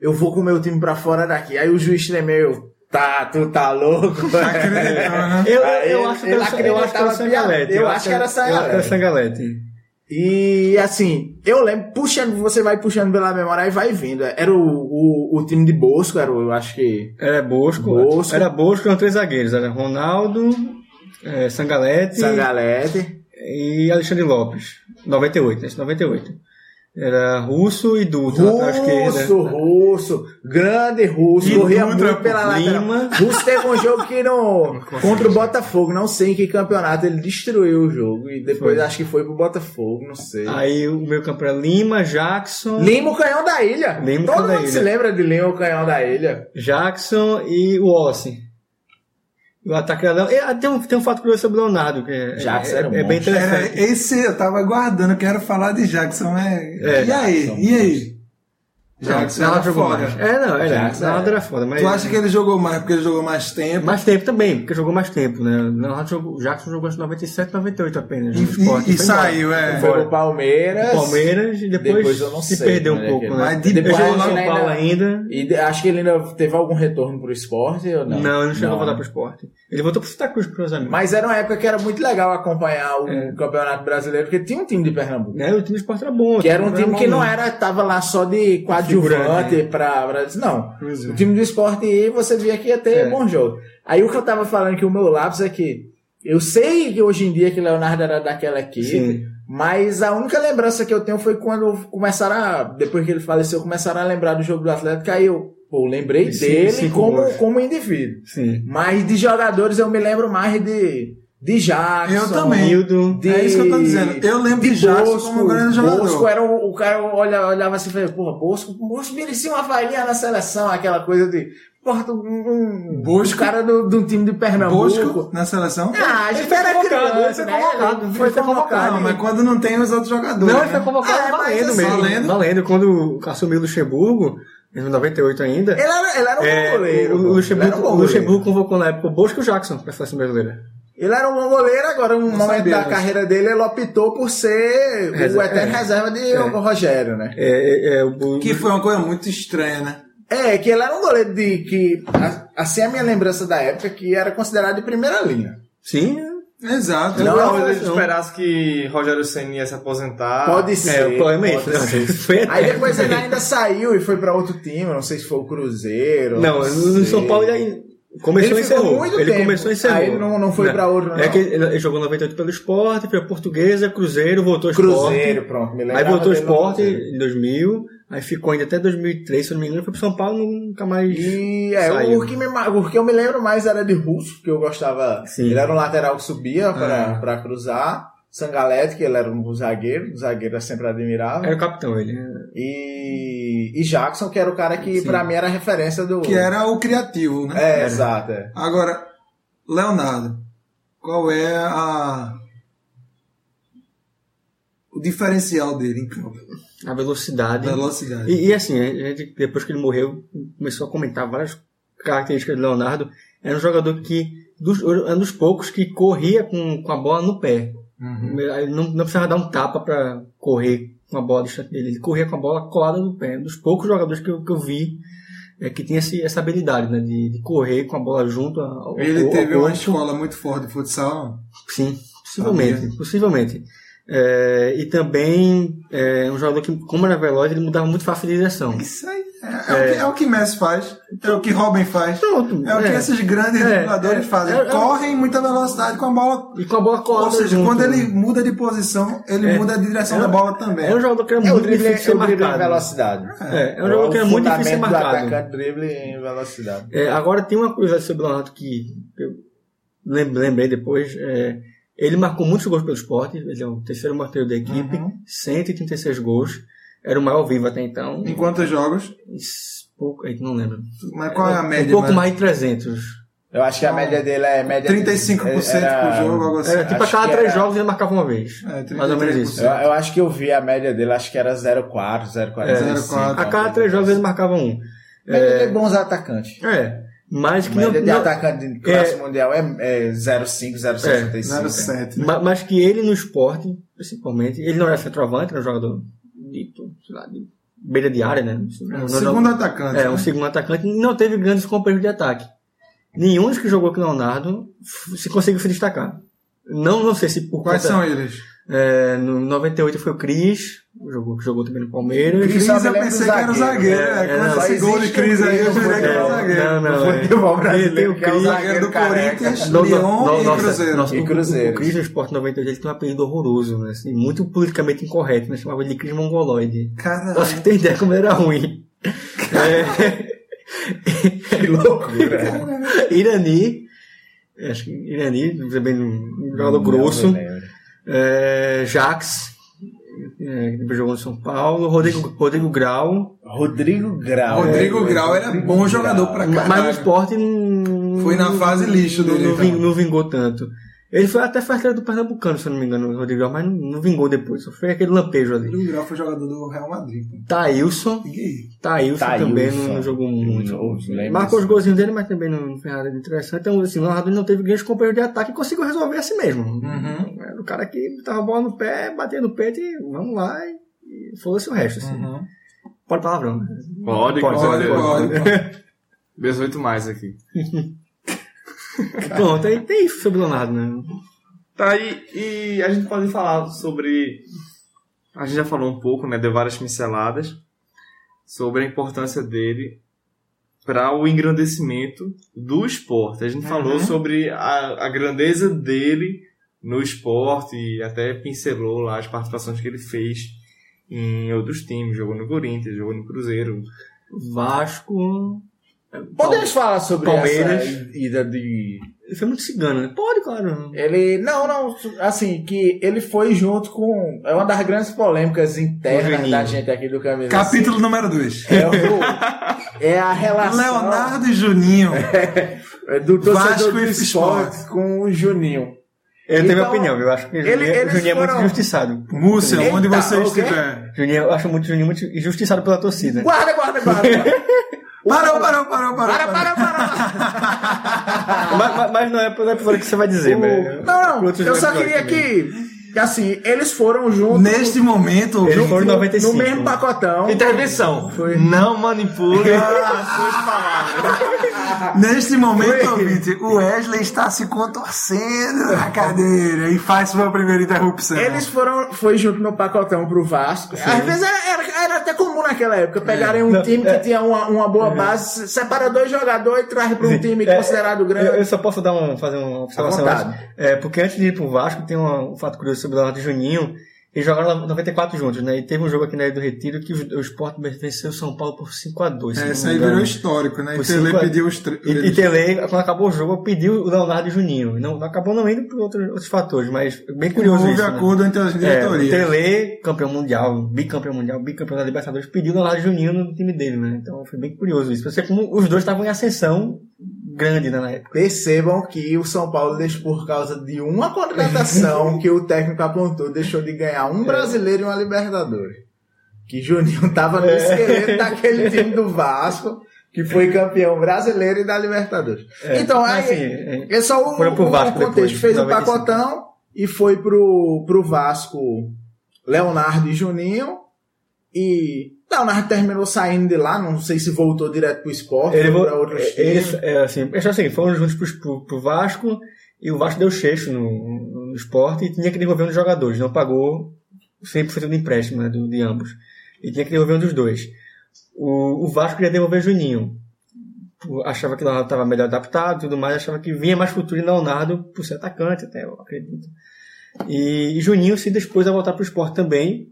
Speaker 2: eu vou com o meu time pra fora daqui. Aí o juiz tremeu, tá, tu tá louco.
Speaker 3: Acreditava, né?
Speaker 4: Eu,
Speaker 2: Aí
Speaker 4: eu
Speaker 2: Ah, ele-
Speaker 4: acho que
Speaker 2: ele
Speaker 4: era, eu acho que
Speaker 2: acreditava
Speaker 4: era o Sangalete.
Speaker 2: piada. Eu acho que era
Speaker 4: Eu acho que era Sangalete.
Speaker 2: E assim, eu lembro, puxando, você vai puxando pela memória e vai vindo. Era o, o, o time de Bosco, era o, eu acho que.
Speaker 4: Era Bosco.
Speaker 2: Bosco.
Speaker 4: Era Bosco, eram três zagueiros. Era Ronaldo, é, Sangalete
Speaker 2: Sangalete.
Speaker 4: e Alexandre Lopes. 98, esse 98. Era russo e Dutra na esquerda.
Speaker 2: Russo, russo, grande russo,
Speaker 4: né? E
Speaker 2: corria
Speaker 4: Dutra
Speaker 2: muito pela
Speaker 4: por
Speaker 2: lateral.
Speaker 4: Lima.
Speaker 2: Russo teve um jogo que no, contra o Botafogo, não sei em que campeonato, ele destruiu o jogo e depois
Speaker 4: Foi.
Speaker 2: acho que foi pro Botafogo, não sei.
Speaker 4: Aí o meu campo era Lima, Jackson,
Speaker 2: Lima o canhão da ilha.
Speaker 4: Lima, o
Speaker 2: Todo
Speaker 4: Canhão da
Speaker 2: mundo se
Speaker 4: Ilha.
Speaker 2: lembra de Lima o canhão da ilha.
Speaker 4: Jackson e o Wallace. E O ataque era. Leon- E, Tem um, tem um fato curioso sobre o Leonardo, que é,
Speaker 2: Jackson
Speaker 4: é,
Speaker 2: era um
Speaker 4: é bem
Speaker 2: monstro.
Speaker 4: interessante.
Speaker 3: Era, esse eu tava aguardando, quero falar de Jackson. né?
Speaker 4: É,
Speaker 3: e aí?
Speaker 2: Jackson,
Speaker 3: e aí? Jackson
Speaker 4: Não,
Speaker 3: era
Speaker 4: jogou
Speaker 3: foda.
Speaker 4: mais. É, não, era.
Speaker 2: Jackson
Speaker 4: Leonardo
Speaker 2: era.
Speaker 4: era foda, mas.
Speaker 3: Tu acha que ele jogou mais porque ele jogou mais tempo?
Speaker 4: Mais tempo também, porque jogou mais tempo, né? Leonardo jogou, Jackson jogou acho 97, 98 apenas.
Speaker 3: E,
Speaker 4: no esporte,
Speaker 3: e- e
Speaker 4: foi embora.
Speaker 3: saiu, é.
Speaker 2: Foi
Speaker 4: Fora.
Speaker 2: pro Palmeiras.
Speaker 4: Palmeiras e depois,
Speaker 2: É, Depois eu não
Speaker 4: se
Speaker 2: sei,
Speaker 4: perdeu
Speaker 2: né,
Speaker 4: um pouco,
Speaker 2: que-
Speaker 4: né?
Speaker 3: Mas de
Speaker 2: Depois
Speaker 4: jogou
Speaker 3: bola,
Speaker 4: no São
Speaker 2: ainda-
Speaker 4: Paulo ainda.
Speaker 2: E de- acho que ele ainda teve algum retorno pro esporte ou não?
Speaker 4: Não, ele não chegou a voltar pro esporte. Ele voltou pro Santa Cruz, curiosamente.
Speaker 2: Mas era uma época que era muito legal acompanhar o
Speaker 4: É.
Speaker 2: Campeonato Brasileiro, porque tinha um time de Pernambuco.
Speaker 4: Né, o time do esporte era bom.
Speaker 2: Que era um time que não
Speaker 4: era.
Speaker 2: era, tava lá só de coadjuvante
Speaker 4: Figurante.
Speaker 2: pra, pra. Não.
Speaker 3: Pois é.
Speaker 2: O time do esporte e você via que ia ter
Speaker 4: É.
Speaker 2: bom jogo. Aí o que eu tava falando que o meu lápis é que eu sei que hoje em dia que Leonardo era daquela equipe,
Speaker 4: Sim.
Speaker 2: mas a única lembrança que eu tenho foi quando começaram a. Depois que ele faleceu, começaram a lembrar do jogo do Atlético, aí eu, pô, lembrei
Speaker 4: Sim,
Speaker 2: dele
Speaker 4: sim, com
Speaker 2: como,
Speaker 4: gosto.
Speaker 2: como indivíduo.
Speaker 4: Sim.
Speaker 2: Mas de jogadores eu me lembro mais de, de Jackson.
Speaker 3: Eu também.
Speaker 4: Nildo.
Speaker 2: De-
Speaker 3: É isso que eu tô dizendo. Eu lembro de, Jackson como um grande jogador.
Speaker 2: Bosco era o, o cara olha, olhava assim e falava, porra, Bosco, Bosco merecia uma varinha na seleção, aquela coisa de. Porra, um, um
Speaker 3: Bosco-
Speaker 2: cara do, do time de Pernambuco.
Speaker 3: Bosco na seleção.
Speaker 2: Ah, a
Speaker 4: Ele
Speaker 2: gente
Speaker 4: foi
Speaker 2: era
Speaker 4: convocado,
Speaker 2: criança,
Speaker 4: ele foi
Speaker 2: né?
Speaker 4: convocado,
Speaker 2: Ele
Speaker 4: ele
Speaker 2: foi
Speaker 4: foi
Speaker 2: convocado.
Speaker 3: Não, mas quando não tem os outros jogadores.
Speaker 4: Não, ele
Speaker 3: né?
Speaker 4: foi convocado
Speaker 2: Ah, mas
Speaker 4: valendo
Speaker 2: assim,
Speaker 4: mesmo.
Speaker 3: valendo.
Speaker 4: Valendo. Quando assumiu o Luxemburgo, em 98 ainda.
Speaker 2: Ele era, ele era um
Speaker 4: é,
Speaker 2: bom goleiro.
Speaker 4: o
Speaker 2: pô. Ele era um bom
Speaker 4: Luxemburgo, o
Speaker 2: goleiro.
Speaker 4: Luxemburgo convocou na época o Bosco e o Jackson pra seleção brasileira.
Speaker 2: Ele era um bom goleiro, agora, um momento
Speaker 3: sabia,
Speaker 2: da
Speaker 3: mas-
Speaker 2: carreira dele, ele optou por ser o
Speaker 4: Reserva-
Speaker 2: eterno
Speaker 4: é.
Speaker 2: reserva de
Speaker 4: É.
Speaker 2: Rogério, né?
Speaker 4: É, é, é, o,
Speaker 3: Que foi uma coisa muito estranha, né?
Speaker 2: É, que ele era um goleiro de que. a- Assim é a minha lembrança da época, que era considerado de primeira linha.
Speaker 4: Sim,
Speaker 3: Exato.
Speaker 2: Não,
Speaker 1: Talvez
Speaker 2: não.
Speaker 1: eles esperassem que Rogério Ceni ia se aposentar.
Speaker 2: Pode
Speaker 4: é,
Speaker 2: ser.
Speaker 4: o problema é
Speaker 2: pode
Speaker 4: isso. né?
Speaker 2: ser.
Speaker 4: Foi
Speaker 2: Aí
Speaker 4: eterno.
Speaker 2: depois ele ainda saiu e foi pra outro time, eu não sei se foi o Cruzeiro.
Speaker 4: Não,
Speaker 2: sei.
Speaker 4: no São Paulo ele aí começou
Speaker 2: Ele
Speaker 4: e
Speaker 2: ficou
Speaker 4: encerrou.
Speaker 2: muito
Speaker 4: ele
Speaker 2: tempo.
Speaker 4: começou e encerrou.
Speaker 2: Aí ele não- não foi pra outro, não.
Speaker 4: É que ele, ele jogou 98 pelo esporte, foi a portuguesa, Cruzeiro, voltou ao
Speaker 2: Cruzeiro,
Speaker 4: esporte.
Speaker 2: pronto, me
Speaker 4: Aí
Speaker 2: lembrava
Speaker 4: voltou ao
Speaker 2: dele no
Speaker 4: esporte
Speaker 2: Cruzeiro.
Speaker 4: em 2000, aí ficou ainda até 2003, se eu não me engano, foi pro São Paulo nunca mais.
Speaker 2: E é,
Speaker 4: Saiu.
Speaker 2: o, que me, ma- o que eu me lembro mais era de Russo, que eu gostava.
Speaker 4: Sim.
Speaker 2: Ele era um lateral que subia pra,
Speaker 4: Ah.
Speaker 2: pra cruzar. Sangalete, que ele era um zagueiro, um zagueiro eu sempre admirava.
Speaker 4: Era o capitão ele. né?
Speaker 2: E, e Jackson, que era o cara que
Speaker 4: Sim.
Speaker 2: pra mim era a referência do.
Speaker 3: Que era o criativo, né?
Speaker 2: É, exato. é.
Speaker 3: Agora, Leonardo, qual é a. O diferencial dele em campo?
Speaker 4: A velocidade.
Speaker 3: Velocidade.
Speaker 4: E, e assim, a gente, depois que ele morreu, começou a comentar várias características do Leonardo. Era um jogador que, dos, era um dos poucos que corria com, com a bola no pé.
Speaker 3: Uhum.
Speaker 4: Ele Não, não precisava dar um tapa pra correr com a bola distante dele. Ele corria com a bola colada no pé. Um dos poucos jogadores que eu, que eu vi é, que tinha esse- essa habilidade né, de, de correr com a bola junto ao
Speaker 3: Ele
Speaker 4: ao-
Speaker 3: teve
Speaker 4: ao
Speaker 3: uma
Speaker 4: corpo.
Speaker 3: escola muito forte de futsal.
Speaker 4: Sim, possivelmente.
Speaker 3: Sabia.
Speaker 4: possivelmente. É, e também é, um jogador que, como era veloz, ele mudava muito fácil de direção.
Speaker 3: Isso aí é, é o que, é o que Messi faz, é o que Robin faz.
Speaker 4: Pronto,
Speaker 3: É o que
Speaker 4: é.
Speaker 3: esses grandes
Speaker 4: É,
Speaker 3: dribladores
Speaker 4: é,
Speaker 3: fazem.
Speaker 4: é, é.
Speaker 3: Correm em muita velocidade com a bola.
Speaker 4: E com a bola colada.
Speaker 3: Ou seja,
Speaker 4: junto.
Speaker 3: quando ele muda de posição, ele
Speaker 4: É.
Speaker 3: muda a direção
Speaker 4: É.
Speaker 3: da bola também.
Speaker 4: É um jogador que era
Speaker 2: É o
Speaker 4: muito
Speaker 2: drible,
Speaker 4: difícil
Speaker 2: é
Speaker 4: de ser
Speaker 2: o drible em
Speaker 4: marcado. né?
Speaker 2: velocidade.
Speaker 4: É, é um jogador que era muito difícil de ser
Speaker 2: fundamento do
Speaker 4: marcado.
Speaker 2: atacante, drible em velocidade.
Speaker 4: É, agora tem uma curiosidade sobre o Leonardo que eu lem- lembrei depois. é, ele marcou muitos gols pelo esporte, ele é o terceiro marteiro da equipe,
Speaker 3: Uhum.
Speaker 4: 136 gols. Era o maior vivo até então.
Speaker 3: Em quantos jogos?
Speaker 4: Isso, Pouco, aí não lembro.
Speaker 3: Mas qual é a média?
Speaker 4: Um pouco
Speaker 3: né?
Speaker 4: mais de 300.
Speaker 2: Eu acho que a
Speaker 4: Ah.
Speaker 2: média dele é média.
Speaker 3: 35%
Speaker 2: era-
Speaker 3: por jogo, algo assim.
Speaker 4: Era tipo
Speaker 2: Acho
Speaker 4: a cada
Speaker 2: que
Speaker 4: três
Speaker 2: era-
Speaker 4: jogos ele marcava uma vez.
Speaker 3: É,
Speaker 4: mais ou menos isso.
Speaker 3: 33%.
Speaker 2: Eu, eu acho que eu vi a média dele, acho que era 0,4, 0,45.
Speaker 4: É,
Speaker 3: 0,4.
Speaker 4: A cada três jogos ele marcava um.
Speaker 2: Mas ele é bons atacantes.
Speaker 4: É. Mas que
Speaker 2: Média
Speaker 4: não,
Speaker 2: de
Speaker 4: não-
Speaker 2: atacante de classe mundial é, é 0,5, 0,65.
Speaker 3: 0,7. né?
Speaker 4: Ma- Mas que ele no esporte, principalmente, ele não era centroavante, era um jogador dito, sei lá, de beira de área, né?
Speaker 3: É,
Speaker 4: Não-
Speaker 3: o
Speaker 4: não-
Speaker 3: segundo atacante.
Speaker 4: é, um
Speaker 3: né?
Speaker 4: segundo atacante, não teve grandes companheiros de ataque. Nenhum dos que jogou com o Leonardo f- se conseguiu se destacar. Não, não sei se por
Speaker 3: Quais
Speaker 4: conta-
Speaker 3: são eles?
Speaker 4: É, no 98 foi o Cris, jogou, jogou também no Palmeiras.
Speaker 3: Cris,
Speaker 2: sabe,
Speaker 3: eu
Speaker 2: lembra do
Speaker 3: pensei que era o zagueiro.
Speaker 4: É,
Speaker 3: É,
Speaker 4: é,
Speaker 3: quando
Speaker 4: não,
Speaker 3: esse
Speaker 2: só
Speaker 3: gol de
Speaker 2: existe o
Speaker 3: Cris aí, eu
Speaker 2: Cris no
Speaker 3: jurei que era o
Speaker 2: futebol.
Speaker 3: zagueiro.
Speaker 4: Não, não.
Speaker 2: No futebol brasileiro,
Speaker 4: Tem o
Speaker 2: que é o
Speaker 4: Cris,
Speaker 3: Zagueiro do
Speaker 2: careca.
Speaker 3: Corinthians,
Speaker 4: No- no-
Speaker 3: Lyon
Speaker 4: no-
Speaker 3: e
Speaker 4: nosso-
Speaker 3: Cruzeiro.
Speaker 4: nosso-
Speaker 2: E
Speaker 4: o-
Speaker 2: Cruzeiro.
Speaker 4: O Cris no Sport 98 ele tem um apelido horroroso, né? Assim, muito politicamente incorreto, né? Chamava ele de Cris Mongoloide.
Speaker 3: Cara,
Speaker 4: Pra você ter ideia como era ruim. É,
Speaker 2: Que loucura.
Speaker 4: Irani, acho que Irani, também um jogador grosso.
Speaker 2: Não lembro.
Speaker 4: É, Jax, é, que depois jogou no São Paulo. Rodrigo, Rodrigo Grau.
Speaker 2: Rodrigo Grau.
Speaker 3: Rodrigo
Speaker 2: É,
Speaker 3: Grau era
Speaker 2: Rodrigo
Speaker 3: bom jogador
Speaker 2: Grau.
Speaker 3: pra
Speaker 4: Ma- Mas no
Speaker 3: caralho.
Speaker 4: Sport não.
Speaker 3: Foi na fase lixo
Speaker 4: não,
Speaker 3: dele,
Speaker 4: não, ving-
Speaker 3: então.
Speaker 4: não vingou tanto. Ele foi até faz do Pernambucano, se eu não me engano, o Rodrigo Grau, mas não, não vingou depois. Só foi aquele lampejo ali.
Speaker 3: Rodrigo Grau foi jogador do Real Madrid. pô.
Speaker 4: Taílson.
Speaker 3: E
Speaker 4: Taílson
Speaker 2: Taílson.
Speaker 4: também não, não jogou muito.
Speaker 2: Não, Hum, lembro
Speaker 4: Marcou os
Speaker 2: disso.
Speaker 4: golzinhos dele, mas também não fez nada de interessante. Então, assim, o Leonardo não teve grandes companheiros de ataque e conseguiu resolver assim mesmo.
Speaker 3: Uhum.
Speaker 4: Era o cara que tava a bola no pé, batia no peito e vamos lá e, e foda-se o resto. Assim.
Speaker 3: Uhum.
Speaker 4: Pode palavrão. né?
Speaker 1: Pode,
Speaker 4: Pode,
Speaker 3: Olha, olha, pô.
Speaker 1: 18 mais aqui.
Speaker 4: Pronto, aí tem isso sobre o Leonardo, né?
Speaker 1: Tá aí, e a gente pode falar sobre. A gente já falou um pouco, né? Deu várias pinceladas sobre a importância dele para o engrandecimento do esporte. A gente falou
Speaker 4: Uhum.
Speaker 1: sobre a, a grandeza dele no esporte e até pincelou lá as participações que ele fez em outros times. Jogou no Corinthians, jogou no Cruzeiro.
Speaker 4: Vasco.
Speaker 2: Podemos falar sobre
Speaker 4: Palmeiras.
Speaker 2: essa ida de
Speaker 4: Ele foi muito cigano, né? Pode, claro.
Speaker 2: Ele. Não, não. Assim, que ele foi junto com. É uma das grandes polêmicas
Speaker 4: O
Speaker 2: internas
Speaker 4: Juninho.
Speaker 2: da gente aqui do Camisa.
Speaker 3: Capítulo número 2.
Speaker 2: É, o- é a relação
Speaker 3: Leonardo e Juninho.
Speaker 2: do torcedor
Speaker 3: Vasco
Speaker 2: do
Speaker 3: e
Speaker 2: esporte com o Juninho.
Speaker 4: Eu tenho minha
Speaker 2: Então,
Speaker 4: opinião, eu acho que
Speaker 2: ele-
Speaker 4: Juninho,
Speaker 2: eles
Speaker 4: Juninho é muito
Speaker 2: foram-
Speaker 4: injustiçado.
Speaker 3: Múcia,
Speaker 2: Eita,
Speaker 3: onde você
Speaker 2: o quê?
Speaker 3: estiver.
Speaker 4: Juninho, eu acho muito Juninho muito injustiçado pela torcida.
Speaker 2: Guarda, guarda, guarda.
Speaker 3: Parou, parou, parou, parou.
Speaker 2: Para, para, para.
Speaker 4: Mas, mas- mas não é pelo episódio que você vai dizer,
Speaker 2: O-
Speaker 4: velho.
Speaker 2: Não, não.
Speaker 4: Outros
Speaker 2: Eu só
Speaker 4: episódios
Speaker 2: queria
Speaker 4: também.
Speaker 2: que. que, Assim, eles foram juntos.
Speaker 3: Neste momento,
Speaker 4: Ele
Speaker 3: ouvinte,
Speaker 4: foi em
Speaker 2: no,
Speaker 4: 95.
Speaker 2: no mesmo pacotão.
Speaker 1: Intervenção! Não manipule as suas palavras.
Speaker 3: neste momento, ouvinte, o Wesley está se contorcendo na cadeira e faz sua primeira interrupção.
Speaker 2: Eles foram, foi junto no pacotão pro Vasco. Às vezes era, era- era até comum naquela época pegarem um
Speaker 4: Não,
Speaker 2: time que
Speaker 4: é.
Speaker 2: tinha uma, uma boa base, se- separa dois jogadores e traz para um time
Speaker 4: é,
Speaker 2: considerado
Speaker 4: Eu,
Speaker 2: grande.
Speaker 4: eu só posso dar um, fazer uma observação
Speaker 2: vontade.
Speaker 4: antes. É, porque antes de ir pro Vasco, tem uma- um fato curioso sobre o Leonardo e Juninho. Eles jogaram lá em 94 juntos, né? E teve um jogo aqui na Ilha do Retiro que o, o Sport venceu o São Paulo por 5x2.
Speaker 3: É, Isso aí virou histórico, né? E
Speaker 4: Por
Speaker 3: Tele
Speaker 4: cinco-
Speaker 3: pediu os três.
Speaker 4: E, e Tele, quando acabou o jogo, pediu o Leonardo e o Juninho. Não, acabou não indo por outros, outros fatores, mas bem curioso
Speaker 3: Houve
Speaker 4: isso. né?
Speaker 3: acordo entre as
Speaker 4: É, o
Speaker 3: diretorias.
Speaker 4: Tele, campeão mundial, bicampeão mundial, bicampeão da Libertadores, pediu o Leonardo e o Juninho no time dele, né? Então foi bem curioso isso. Pra você ver como os dois estavam em ascensão grande né, na época.
Speaker 2: Percebam que o São Paulo, deixou- por causa de uma contratação que o técnico apontou, deixou de ganhar um brasileiro e uma Libertadores. Que Juninho tava no esqueleto daquele time do Vasco, que foi campeão brasileiro e da Libertadores. então, aí,
Speaker 4: Mas, assim, é-
Speaker 2: É só o,
Speaker 4: Foram pro
Speaker 2: o
Speaker 4: Vasco
Speaker 2: contexto.
Speaker 4: depois,
Speaker 2: Fez o
Speaker 4: 95.
Speaker 2: pacotão e foi pro, pro Vasco Leonardo e Juninho. E Leonardo terminou saindo de lá, não sei se voltou direto pro esporte
Speaker 4: Ele,
Speaker 2: ou
Speaker 4: vo-
Speaker 2: pra né? outros times.
Speaker 4: eles, é, assim, eles assim, foram juntos pro, pro, pro Vasco e o Vasco deu cheixo no, no esporte e tinha que devolver um dos jogadores, não pagou 100% do empréstimo né, do, de ambos. E tinha que devolver um dos dois. O, o Vasco queria devolver Juninho. O- Achava que o Leonardo estava melhor adaptado e tudo mais, achava que vinha mais futuro em Leonardo por ser atacante, até eu acredito. E, e Juninho se dispôs a voltar pro esporte também.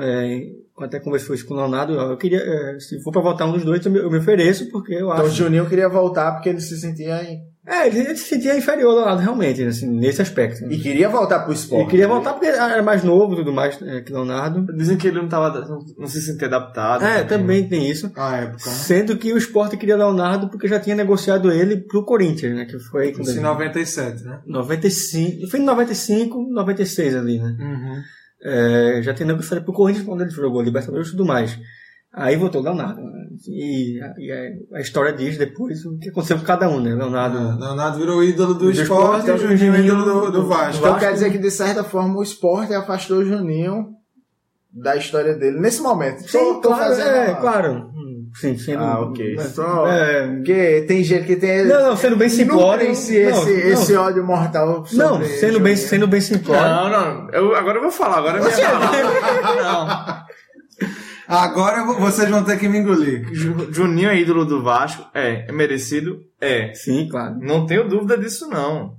Speaker 4: É, até conversou isso com o Leonardo. ó, Eu queria, é, se for para voltar um dos dois, eu me, eu me ofereço, porque eu
Speaker 2: Então
Speaker 4: acho.
Speaker 2: Juninho queria voltar porque ele se sentia. em-
Speaker 4: É, ele, ele se sentia inferior ao Leonardo, realmente, assim, nesse aspecto.
Speaker 2: E queria voltar pro esporte.
Speaker 4: Ele queria voltar porque era mais novo e tudo mais é, que Leonardo.
Speaker 1: Dizem que ele não, tava, não, não se sentia adaptado.
Speaker 4: É, também tem isso.
Speaker 3: A época. né?
Speaker 4: Sendo que o Sport queria Leonardo porque já tinha negociado ele pro Corinthians, né? Que foi quando-
Speaker 3: Isso em 97, né?
Speaker 4: 95. Foi em 95, 96 ali, né?
Speaker 3: Uhum.
Speaker 4: É, já tem negociado pro Corinthians quando ele jogou Libertadores e tudo mais. Aí voltou o Leonardo. né? E, a- e a, a história diz depois o que aconteceu com cada um, né? Leonardo.
Speaker 3: Ah, Leonardo virou ídolo do,
Speaker 4: Do
Speaker 3: esporte,
Speaker 4: esporte,
Speaker 3: e Juninho
Speaker 4: Juninho
Speaker 3: ídolo do, do
Speaker 4: do
Speaker 3: Vasco.
Speaker 2: Então
Speaker 4: Vasco-
Speaker 2: quer dizer que de certa forma o esporte afastou o Juninho da história dele nesse momento.
Speaker 4: Sim,
Speaker 2: Tô- tô
Speaker 4: claro,
Speaker 2: fazendo
Speaker 4: é,
Speaker 2: uma-
Speaker 4: claro. Hum. Sim, sendo.
Speaker 2: Ah, ok.
Speaker 4: mas-
Speaker 2: Só-
Speaker 4: é,
Speaker 2: Porque tem gente que tem.
Speaker 4: Não, não, sendo bem simplório.
Speaker 2: Nutrem-se
Speaker 4: não,
Speaker 2: esse,
Speaker 4: não.
Speaker 2: esse ódio mortal. sobre
Speaker 4: Não, sendo bem,
Speaker 2: Juliana.
Speaker 4: sendo bem simplório.
Speaker 1: Não, não. Eu, agora eu vou falar. Agora é minha palavra. Não.
Speaker 3: Agora eu vou- vocês vão ter que me engolir.
Speaker 1: Ju- Juninho é ídolo do Vasco. É. É merecido? É.
Speaker 4: Sim, claro.
Speaker 1: Não tenho dúvida disso, não.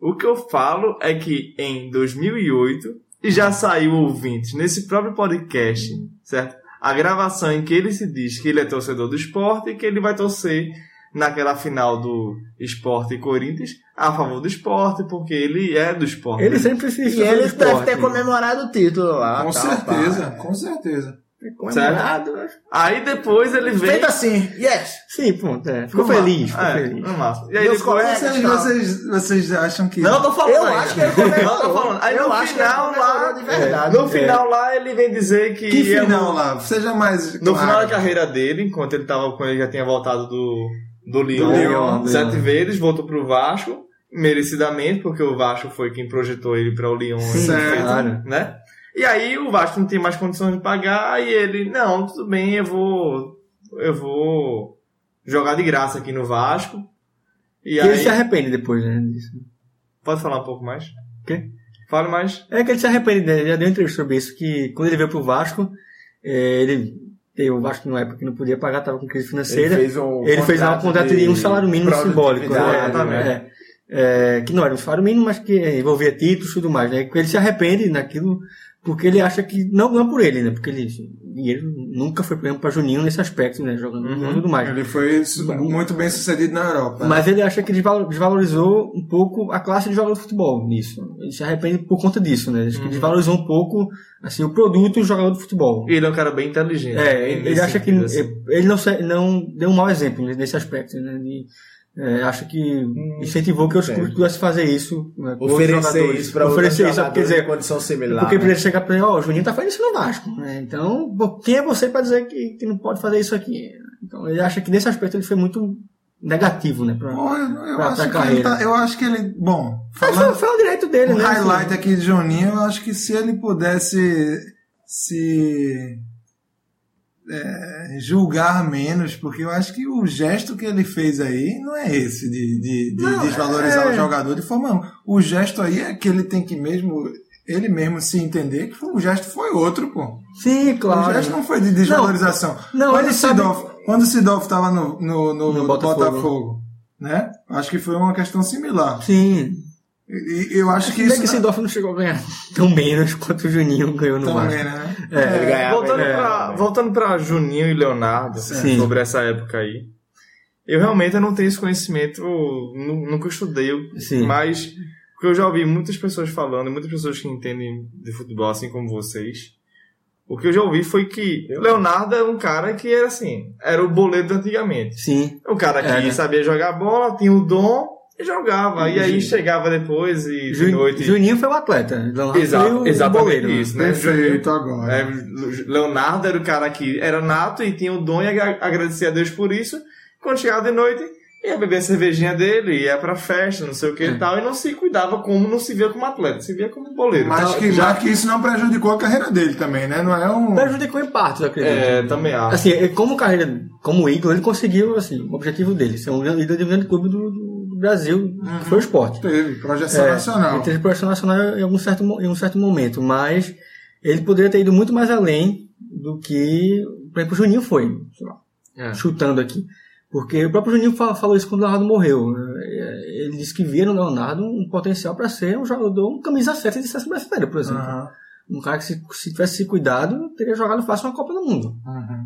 Speaker 1: O que eu falo é que em 2008, e já saiu ouvintes nesse próprio podcast, certo? A gravação em que ele se diz que ele é torcedor do esporte e que ele vai torcer naquela final do esporte e Corinthians a favor do esporte, porque ele é do esporte.
Speaker 4: Ele sempre se
Speaker 2: E ele deve ter comemorado o título lá.
Speaker 3: com
Speaker 2: tal,
Speaker 3: certeza,
Speaker 2: pá.
Speaker 3: com certeza.
Speaker 2: Comemorado.
Speaker 1: Aí depois ele vem.
Speaker 2: Feito assim, yes.
Speaker 4: Sim, pronto. É. Ficou
Speaker 1: No ma-
Speaker 4: feliz, ficou
Speaker 1: é,
Speaker 4: feliz.
Speaker 1: no máximo. E aí
Speaker 2: assim, Meus
Speaker 1: depois...
Speaker 2: colegas-
Speaker 3: Vocês,
Speaker 2: tchau.
Speaker 3: vocês, vocês acham que.
Speaker 1: Não, eu tô falando.
Speaker 2: Eu
Speaker 1: ainda.
Speaker 2: acho que ele
Speaker 1: Não, eu tô
Speaker 2: comemorou.
Speaker 1: falando. Aí
Speaker 2: eu
Speaker 1: no
Speaker 2: acho que ele
Speaker 1: final
Speaker 2: comemorou
Speaker 1: lá. é.
Speaker 2: de verdade.
Speaker 1: No final lá ele é vem dizer que,
Speaker 3: que
Speaker 1: ia
Speaker 3: final lá? Seja mais.
Speaker 1: No
Speaker 3: claro.
Speaker 1: final da carreira dele, enquanto ele tava com ele, já tinha voltado do, do Lyon, né?
Speaker 4: Do Lyon, do
Speaker 1: sete
Speaker 4: Lyon.
Speaker 1: vezes, voltou pro Vasco, merecidamente, porque o Vasco foi quem projetou ele para o Lyon,
Speaker 4: Sim,
Speaker 1: ele fez,
Speaker 4: claro.
Speaker 1: né? E aí o Vasco não tinha mais condições de pagar e ele, não, tudo bem, eu vou eu vou jogar de graça aqui no Vasco. E
Speaker 4: E
Speaker 1: aí,
Speaker 4: ele se arrepende depois, né? disso.
Speaker 1: pode falar um pouco mais?
Speaker 4: Quê?
Speaker 1: Fala mais.
Speaker 4: É que ele se arrepende, né? Ele já deu entrevista sobre isso, que quando ele veio pro Vasco, eh, ele teve o Vasco na época que não podia pagar, tava com crise financeira. Ele fez,
Speaker 2: um
Speaker 4: lá um contrato de, um salário mínimo simbólico. né?
Speaker 1: produtividade,
Speaker 4: É. É, que não era um salário mínimo, mas que envolvia títulos e tudo mais. Né? Ele se arrepende naquilo porque ele acha que. Não, não por ele, né? Porque ele, dinheiro nunca foi, por exemplo, pra Juninho nesse aspecto, né? Jogando
Speaker 1: Uhum.
Speaker 4: e tudo mais.
Speaker 3: Ele foi su- muito bem sucedido na Europa.
Speaker 4: Mas ele acha que desvalo- desvalorizou um pouco a classe de jogador de futebol nisso. Ele se arrepende por conta disso, né? Acho que
Speaker 1: Uhum.
Speaker 4: desvalorizou um pouco assim, o produto do jogador de futebol.
Speaker 1: E ele é um cara bem inteligente.
Speaker 4: É, ele, ele
Speaker 1: nesse
Speaker 4: acha que
Speaker 1: sentido, assim.
Speaker 4: ele não, se- não deu um mau exemplo nesse aspecto, né? Ele, é, acha que incentivou que os
Speaker 2: entendo.
Speaker 4: clubes pudessem fazer é. isso. Né? com outros
Speaker 2: Oferecer
Speaker 4: jogadores. né?
Speaker 2: isso pra
Speaker 4: Oferecer isso, quer dizer,
Speaker 2: condição similar. né?
Speaker 4: porque pra ele chegar pra ele, ó, o Juninho tá fazendo isso no Vasco, né? Então, pô, quem é você pra dizer que, que não pode fazer isso aqui? Então, ele acha que nesse aspecto ele foi muito negativo, né? pra-
Speaker 3: Bom, eu, eu
Speaker 4: Pra- pra
Speaker 3: acho que ele
Speaker 4: carreira.
Speaker 3: tá, eu acho que ele. Bom,
Speaker 4: Mas foi,
Speaker 3: falando
Speaker 4: foi um direito dele,
Speaker 3: um
Speaker 4: né? assim.
Speaker 3: highlight aqui de Juninho, eu acho que se ele pudesse se é, julgar menos, porque eu acho que o gesto que ele fez aí não é esse de, de- de
Speaker 4: Não,
Speaker 3: desvalorizar
Speaker 4: é-
Speaker 3: o jogador de forma alguma. O gesto aí é que ele tem que mesmo. Ele mesmo se entender que foi- o gesto foi outro, pô.
Speaker 4: Sim,
Speaker 3: O
Speaker 4: claro.
Speaker 3: gesto não foi de desvalorização.
Speaker 4: Não,
Speaker 3: quando,
Speaker 4: ele
Speaker 3: o
Speaker 4: sabe-
Speaker 3: Sidolf, quando o Sidolf estava no, no, no-
Speaker 4: No
Speaker 3: no
Speaker 4: Botafogo.
Speaker 3: Botafogo. né? Acho que foi uma questão similar.
Speaker 4: Sim.
Speaker 3: E, e eu acho que
Speaker 4: Ainda
Speaker 3: isso
Speaker 4: É, que esse Dorf não Então, chegou a ganhar tão menos quanto o Juninho ganhou no Vasco.
Speaker 3: também, né?
Speaker 1: É,
Speaker 2: ele ganhava,
Speaker 1: Voltando,
Speaker 2: ele
Speaker 1: pra,
Speaker 2: ganhava.
Speaker 1: voltando pra Juninho e Leonardo, né,
Speaker 4: Sim.
Speaker 1: sobre essa época aí, eu realmente eu não tenho esse conhecimento, nu- nunca estudei,
Speaker 4: Sim.
Speaker 1: mas porque eu já ouvi muitas pessoas falando, muitas pessoas que entendem de futebol, assim como vocês. O que eu já ouvi foi que Leonardo era um cara que era assim, era o boleiro de antigamente.
Speaker 4: Sim.
Speaker 1: O cara que
Speaker 4: É, né?
Speaker 1: sabia jogar bola, tinha o dom e jogava. E aí
Speaker 4: Ju-
Speaker 1: chegava depois e de
Speaker 4: Ju-
Speaker 1: noite.
Speaker 4: Juninho foi o atleta. Leonardo
Speaker 1: Exato,
Speaker 4: foi o
Speaker 1: exatamente
Speaker 4: goleiro.
Speaker 1: isso, né? Juninho-
Speaker 3: Perfeito agora.
Speaker 1: É, Leonardo era o cara que era nato e tinha o dom e agra- agradecia a Deus por isso. Quando chegava de noite, ia beber a cervejinha dele, ia pra festa, não sei o que
Speaker 4: É.
Speaker 1: e tal, e não se cuidava como, não se via como atleta, se via como boleiro. Então,
Speaker 3: Mas que, mas que isso não prejudicou a carreira dele também, né? Não é um.
Speaker 4: Mas Prejudicou em parte, eu acredito.
Speaker 1: É, também acho.
Speaker 4: Assim, ele, como carreira, como ídolo, ele conseguiu assim, o objetivo dele, ser um grande- ídolo de um grande clube do, do- do Brasil, que foi o esporte.
Speaker 3: Teve, projeção
Speaker 4: É,
Speaker 3: nacional.
Speaker 4: Ele teve projeção nacional em algum certo, mo- em um certo momento, mas ele poderia ter ido muito mais além do que, por exemplo, o Juninho foi, sei lá,
Speaker 1: É.
Speaker 4: chutando aqui. Porque o próprio Juninho fa- falou isso quando o Leonardo morreu. né? Ele disse que via no Leonardo um potencial para ser um jogador, um camisa 7 de seleção brasileira, por exemplo.
Speaker 3: Aham,
Speaker 4: Um cara que, se, se tivesse se cuidado, teria jogado fácil uma Copa do Mundo.
Speaker 3: aham.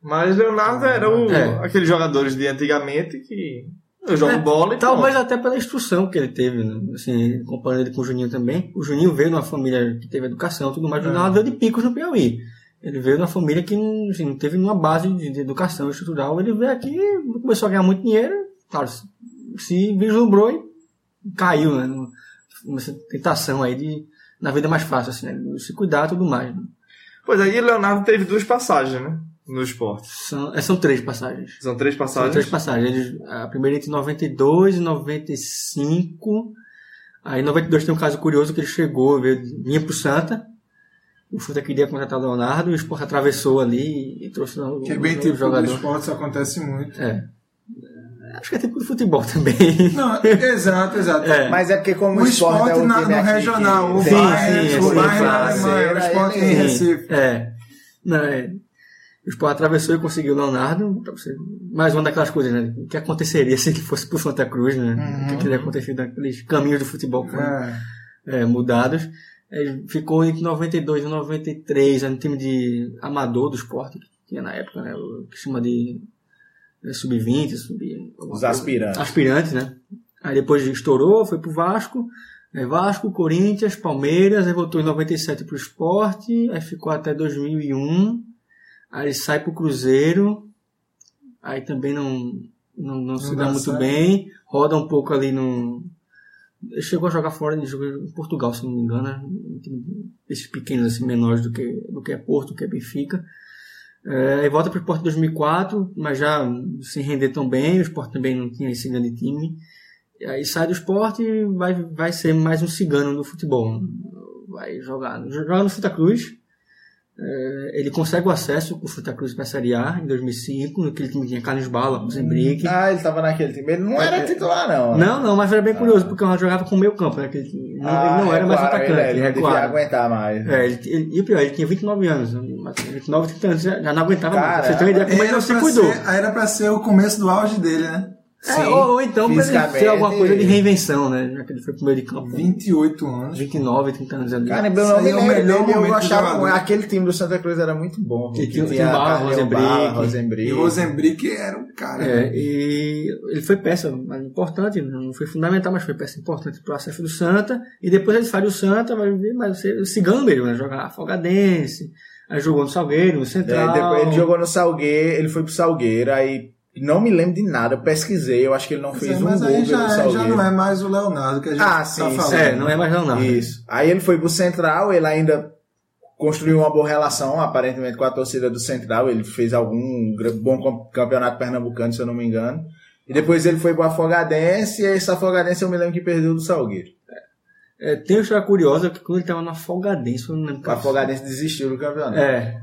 Speaker 1: Mas Leonardo era o,
Speaker 4: É.
Speaker 1: aqueles jogadores de antigamente que eu jogo
Speaker 4: É,
Speaker 1: bola e
Speaker 4: Talvez
Speaker 1: pronto.
Speaker 4: até pela instrução que ele teve, né? assim, comparando ele com o Juninho também. O Juninho veio numa família que teve educação e tudo mais, o Leonardo veio de picos no Piauí. Ele veio numa família que não- assim, não teve nenhuma base de, de educação estrutural. Ele veio aqui, começou a ganhar muito dinheiro, claro, se, se vislumbrou e caiu, né? numa- Nessa tentação aí de, na vida mais fácil, assim, né? Se cuidar e tudo mais. né?
Speaker 1: Pois aí, Leonardo teve duas passagens, né? No esporte.
Speaker 4: São, é, são três passagens.
Speaker 1: São três
Speaker 4: São três
Speaker 1: passagens.
Speaker 4: passagens. Eles- A primeira entre 92 e 95. Aí em 92 tem um caso curioso que ele chegou, veio- vinha pro Santa. o Schuster queria contratar o Leonardo e o Sport atravessou ali e trouxe um,
Speaker 3: Que é
Speaker 4: um
Speaker 3: bem
Speaker 4: novo
Speaker 3: típico do
Speaker 4: jogador.
Speaker 3: esporte, isso acontece muito.
Speaker 4: É. Acho que é tipo do futebol também.
Speaker 3: Não, exato, exato.
Speaker 4: É.
Speaker 2: Mas é porque como
Speaker 3: O esporte
Speaker 2: é um
Speaker 3: na-
Speaker 2: time
Speaker 3: no
Speaker 2: aqui
Speaker 3: regional,
Speaker 2: que
Speaker 3: o
Speaker 2: tem-
Speaker 3: Bayern,
Speaker 4: sim,
Speaker 3: o
Speaker 4: sim,
Speaker 3: Bayern na
Speaker 4: sim.
Speaker 3: Alemanha, o esporte em
Speaker 2: Sim.
Speaker 3: Recife.
Speaker 4: É. Não, é. O Sport atravessou e conseguiu o Leonardo. Mais uma daquelas coisas, né? O que aconteceria se ele fosse pro Santa Cruz, né? O que teria acontecido naqueles caminhos do futebol que foram
Speaker 3: Uhum. É.
Speaker 4: é, mudados. É, ficou entre 92 e 93, era um time de amador do esporte que tinha na época, né? O que chama de né, sub-20, sub
Speaker 2: Os aspirantes.
Speaker 4: aspirantes, né? Aí depois estourou, foi pro Vasco, né? Vasco, Corinthians, Palmeiras, aí voltou em 97 pro esporte, aí ficou até 2001, aí sai pro Cruzeiro, aí também não, não, não se
Speaker 3: Não
Speaker 4: dá
Speaker 3: dá
Speaker 4: muito
Speaker 3: certo.
Speaker 4: bem, roda um pouco ali no. Chegou a jogar fora, ele jogou em Portugal, se não me engano, né? esses pequenos assim, menores do que, do que é Porto, do que é Benfica. É, aí volta para o Sport em 2004, mas já sem render tão bem, o Sport também não tinha esse grande time. E aí sai do Sport e vai, vai ser mais um cigano do futebol. Vai jogar, joga no Santa Cruz. É, ele consegue o acesso com o Santa Cruz para a Série A em 2005, naquele time que tinha Carlos Bala, Zembrick.
Speaker 2: Ah, ele tava naquele time. Ele não era titular, não. né?
Speaker 4: Não, não, mas era bem
Speaker 2: Ah.
Speaker 4: curioso, porque ela jogava com o meio campo, né? aquele time. Não,
Speaker 2: Ah,
Speaker 4: ele não era mais
Speaker 2: recuaram
Speaker 4: atacante.
Speaker 2: Ele, ele não devia
Speaker 4: recuaram.
Speaker 2: aguentar mais.
Speaker 4: É, ele, ele- e o pior, ele tinha 29 anos. né? 29, 30 anos, já já não aguentava
Speaker 2: Cara,
Speaker 4: mais. Você tem uma ideia como ele
Speaker 3: Era
Speaker 4: não se
Speaker 3: pra
Speaker 4: cuidou.
Speaker 3: ser- Era pra ser o começo do auge dele, né?
Speaker 4: É, ou, ou então pra ele ter
Speaker 2: fisicamente-
Speaker 4: alguma coisa de reinvenção, né? Já que ele foi pro meio de campo.
Speaker 3: 28 anos.
Speaker 4: 29, 30 anos ali.
Speaker 2: Cara, eu
Speaker 3: Isso
Speaker 2: não
Speaker 3: aí
Speaker 2: me
Speaker 3: é o
Speaker 2: lembro
Speaker 3: melhor
Speaker 2: dele, eu
Speaker 3: momento do
Speaker 2: gostava
Speaker 3: jogador.
Speaker 2: muito. um Aquele time do Santa Cruz era muito bom.
Speaker 4: Que
Speaker 2: Que
Speaker 4: tinha o
Speaker 2: tinha
Speaker 4: Barra,
Speaker 2: Carlinhos
Speaker 4: Rosenbrick.
Speaker 2: Barra,
Speaker 3: E
Speaker 2: Rosenbrick.
Speaker 3: o Rosenbrick era o cara.
Speaker 4: É, e ele foi peça mas importante, não foi fundamental, mas foi peça importante pro acesso do Santa. E depois ele sai do Santa, vai vir, mas ser cigano mesmo, né? Jogar Folgadense, aí jogou no Salgueiro, no
Speaker 2: Daí
Speaker 4: Central.
Speaker 2: É, depois ele jogou no Salgueiro, ele foi pro Salgueiro, aí não me lembro de nada, eu pesquisei, eu acho que ele não
Speaker 3: Mas,
Speaker 2: fez
Speaker 3: aí-
Speaker 2: um
Speaker 3: mas
Speaker 2: gol
Speaker 3: aí
Speaker 2: pelo
Speaker 3: já, já
Speaker 2: Salgueiro.
Speaker 3: não é mais o Leonardo que a gente
Speaker 2: Ah,
Speaker 3: tá
Speaker 2: sim,
Speaker 3: falando.
Speaker 4: É, não é mais Leonardo.
Speaker 2: Isso. Aí ele foi pro Central, ele ainda construiu uma boa relação, aparentemente, com a torcida do Central. Ele fez algum gr- bom com- campeonato pernambucano, se eu não me engano. E depois ele foi pro Afogadense, e esse Afogadense eu me lembro que perdeu do Salgueiro.
Speaker 4: É, tem uma história curiosa que quando ele tava na Folgadense, eu não lembro
Speaker 2: O
Speaker 4: qual-
Speaker 2: Afogadense desistiu do campeonato.
Speaker 4: É,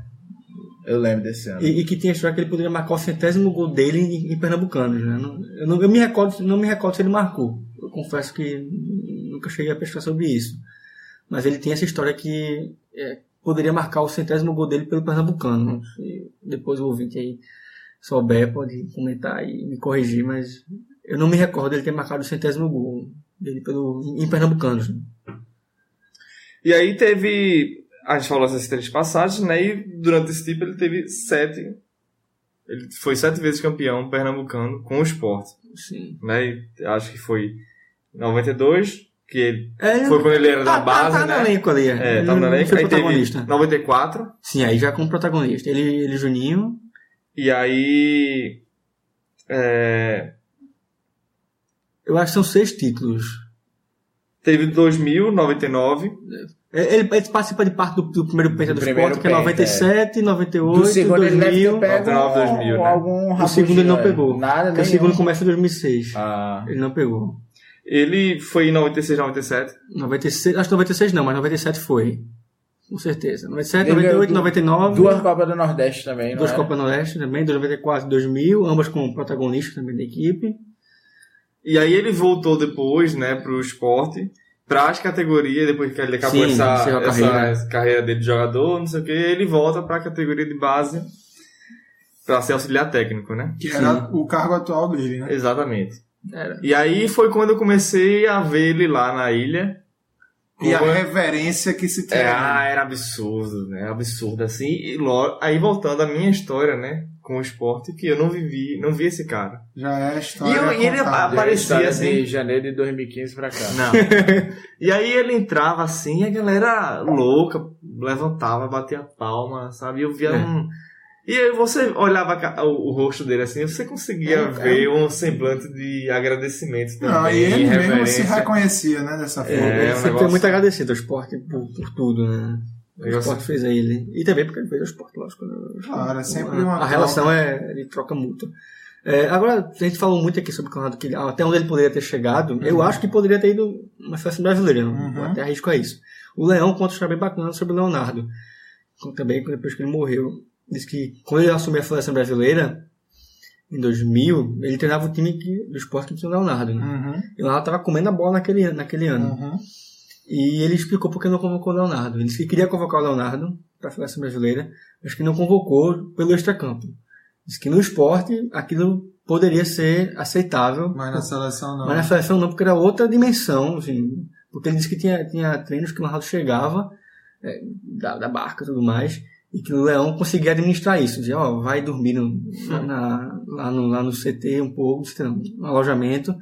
Speaker 2: Eu lembro desse ano.
Speaker 4: E, e que tinha a história que ele poderia marcar o centésimo gol dele em, em Pernambucanos, né? Não- Eu, não, eu me recordo, não me recordo se ele marcou. Eu confesso que nunca cheguei a pesquisar sobre isso. Mas ele tem essa história que é, poderia marcar o centésimo gol dele pelo Pernambucano. né? E depois o ouvinte aí souber pode comentar e me corrigir, mas eu não me recordo dele ter marcado o centésimo gol dele pelo, em, em Pernambucanos. né?
Speaker 1: E aí teve. A gente falou essas três passagens, né? E durante esse tempo ele teve sete. Ele foi sete vezes campeão pernambucano com o esporte.
Speaker 4: Sim.
Speaker 1: Né? E acho que foi 92, que ele
Speaker 4: É, ele-
Speaker 1: foi quando ele era
Speaker 4: tá,
Speaker 1: da base,
Speaker 4: tá, tá no
Speaker 1: né?
Speaker 4: elenco ali.
Speaker 1: É,
Speaker 4: Ele
Speaker 1: tá no
Speaker 4: não
Speaker 1: elenco.
Speaker 4: foi
Speaker 1: Aí
Speaker 4: protagonista.
Speaker 1: teve 94.
Speaker 4: Sim, aí já como protagonista. Ele, ele Juninho.
Speaker 1: E aí. é,
Speaker 4: Eu acho que são seis títulos.
Speaker 1: teve 2000, 99.
Speaker 4: É, Ele, ele participa de parte do, do primeiro penta
Speaker 2: Do
Speaker 4: do,
Speaker 2: primeiro
Speaker 4: esporte, que é 97,
Speaker 2: do
Speaker 4: 98,
Speaker 2: segundo ele deve
Speaker 4: 2000.
Speaker 2: ter pego
Speaker 1: 99, 2000,
Speaker 2: um-
Speaker 1: né?
Speaker 2: algum
Speaker 4: O segundo ele não
Speaker 2: rabugio,
Speaker 4: pegou.
Speaker 2: Nada,
Speaker 4: Porque É, o
Speaker 2: nenhum.
Speaker 4: segundo começa em 2006.
Speaker 2: né? Ah,
Speaker 4: Ele não pegou.
Speaker 1: Ele foi em 96, 97.
Speaker 4: 96, acho que 96 não, mas 97 foi. Com certeza. 97,
Speaker 2: Ele ganhou
Speaker 4: 98,
Speaker 2: du-
Speaker 4: 99.
Speaker 2: duas Copas do Nordeste também, não
Speaker 4: Duas
Speaker 2: é?
Speaker 4: Copas do Oeste também, 94 2000, ambas com protagonistas também da equipe.
Speaker 1: E aí ele voltou depois, né, pro esporte, para as categorias, depois que ele acabou
Speaker 4: Sim,
Speaker 1: essa,
Speaker 4: encerrou a
Speaker 1: essa
Speaker 4: carreira.
Speaker 1: carreira. dele de jogador, não sei o que, ele volta para a categoria de base para ser auxiliar técnico, né?
Speaker 3: Que era o cargo atual dele, né?
Speaker 1: Exatamente.
Speaker 4: Era.
Speaker 1: E aí foi quando eu comecei a ver ele lá na ilha.
Speaker 3: E a
Speaker 1: Como-
Speaker 3: reverência que se tem. né?
Speaker 1: É, ah, era absurdo, né? Absurdo assim. E logo, aí voltando à minha história, né, com o esporte, que eu não vivi, não vi esse cara.
Speaker 3: Já é a
Speaker 1: E
Speaker 3: história.
Speaker 1: eu- e ele
Speaker 3: contada.
Speaker 1: apareceu-
Speaker 2: História
Speaker 4: né?
Speaker 1: assim.
Speaker 2: De janeiro de 2015 pra cá.
Speaker 1: Não. e aí ele entrava assim, e a galera louca levantava, batia palma, sabe? E eu via
Speaker 4: É.
Speaker 1: um. E aí você olhava a ca- o, o rosto dele assim, você conseguia
Speaker 2: É, é.
Speaker 1: ver um semblante de agradecimento também.
Speaker 3: Não, Ah, e ele mesmo se
Speaker 1: reverência.
Speaker 3: reconhecia, né? Dessa forma.
Speaker 1: É,
Speaker 4: ele
Speaker 1: um
Speaker 4: sempre foi
Speaker 1: negócio-
Speaker 4: muito agradecido ao esporte por, por tudo, né? O
Speaker 1: Negócio-
Speaker 4: esporte fez a ele. E também porque ele fez o esporte, lógico. né?
Speaker 3: Claro, é sempre
Speaker 4: a,
Speaker 3: uma
Speaker 4: a
Speaker 3: troca.
Speaker 4: relação é. Ele troca muito. É, agora, a gente falou muito aqui sobre o Conrado Quilhão, até onde ele poderia ter chegado. Eu acho que poderia ter ido uma festa brasileira. é Eu
Speaker 3: Uhum.
Speaker 4: até arrisco a isso. O Leão conta uma história bem bacana sobre o Leonardo. também depois que ele morreu, disse que quando ele assumiu a seleção brasileira, em 2000, ele treinava o time que, do esporte que tinha o Leonardo. Né?
Speaker 3: Uhum,
Speaker 4: E o Leonardo estava comendo a bola naquele, ano- naquele ano.
Speaker 3: uhum.
Speaker 4: E ele explicou por que não convocou o Leonardo. Ele disse que queria convocar o Leonardo para a seleção brasileira, mas que não convocou pelo extracampo. Disse que no esporte aquilo poderia ser aceitável,
Speaker 3: Mas na seleção não.
Speaker 4: mas na seleção não, porque era outra dimensão, assim, porque ele disse que tinha, tinha treinos que o Ronaldo chegava é, da, da barca e tudo mais, e que o Leão conseguia administrar isso, dizia, ó, vai dormir no- na- na- lá, no, lá no CT um pouco, sei lá, no alojamento,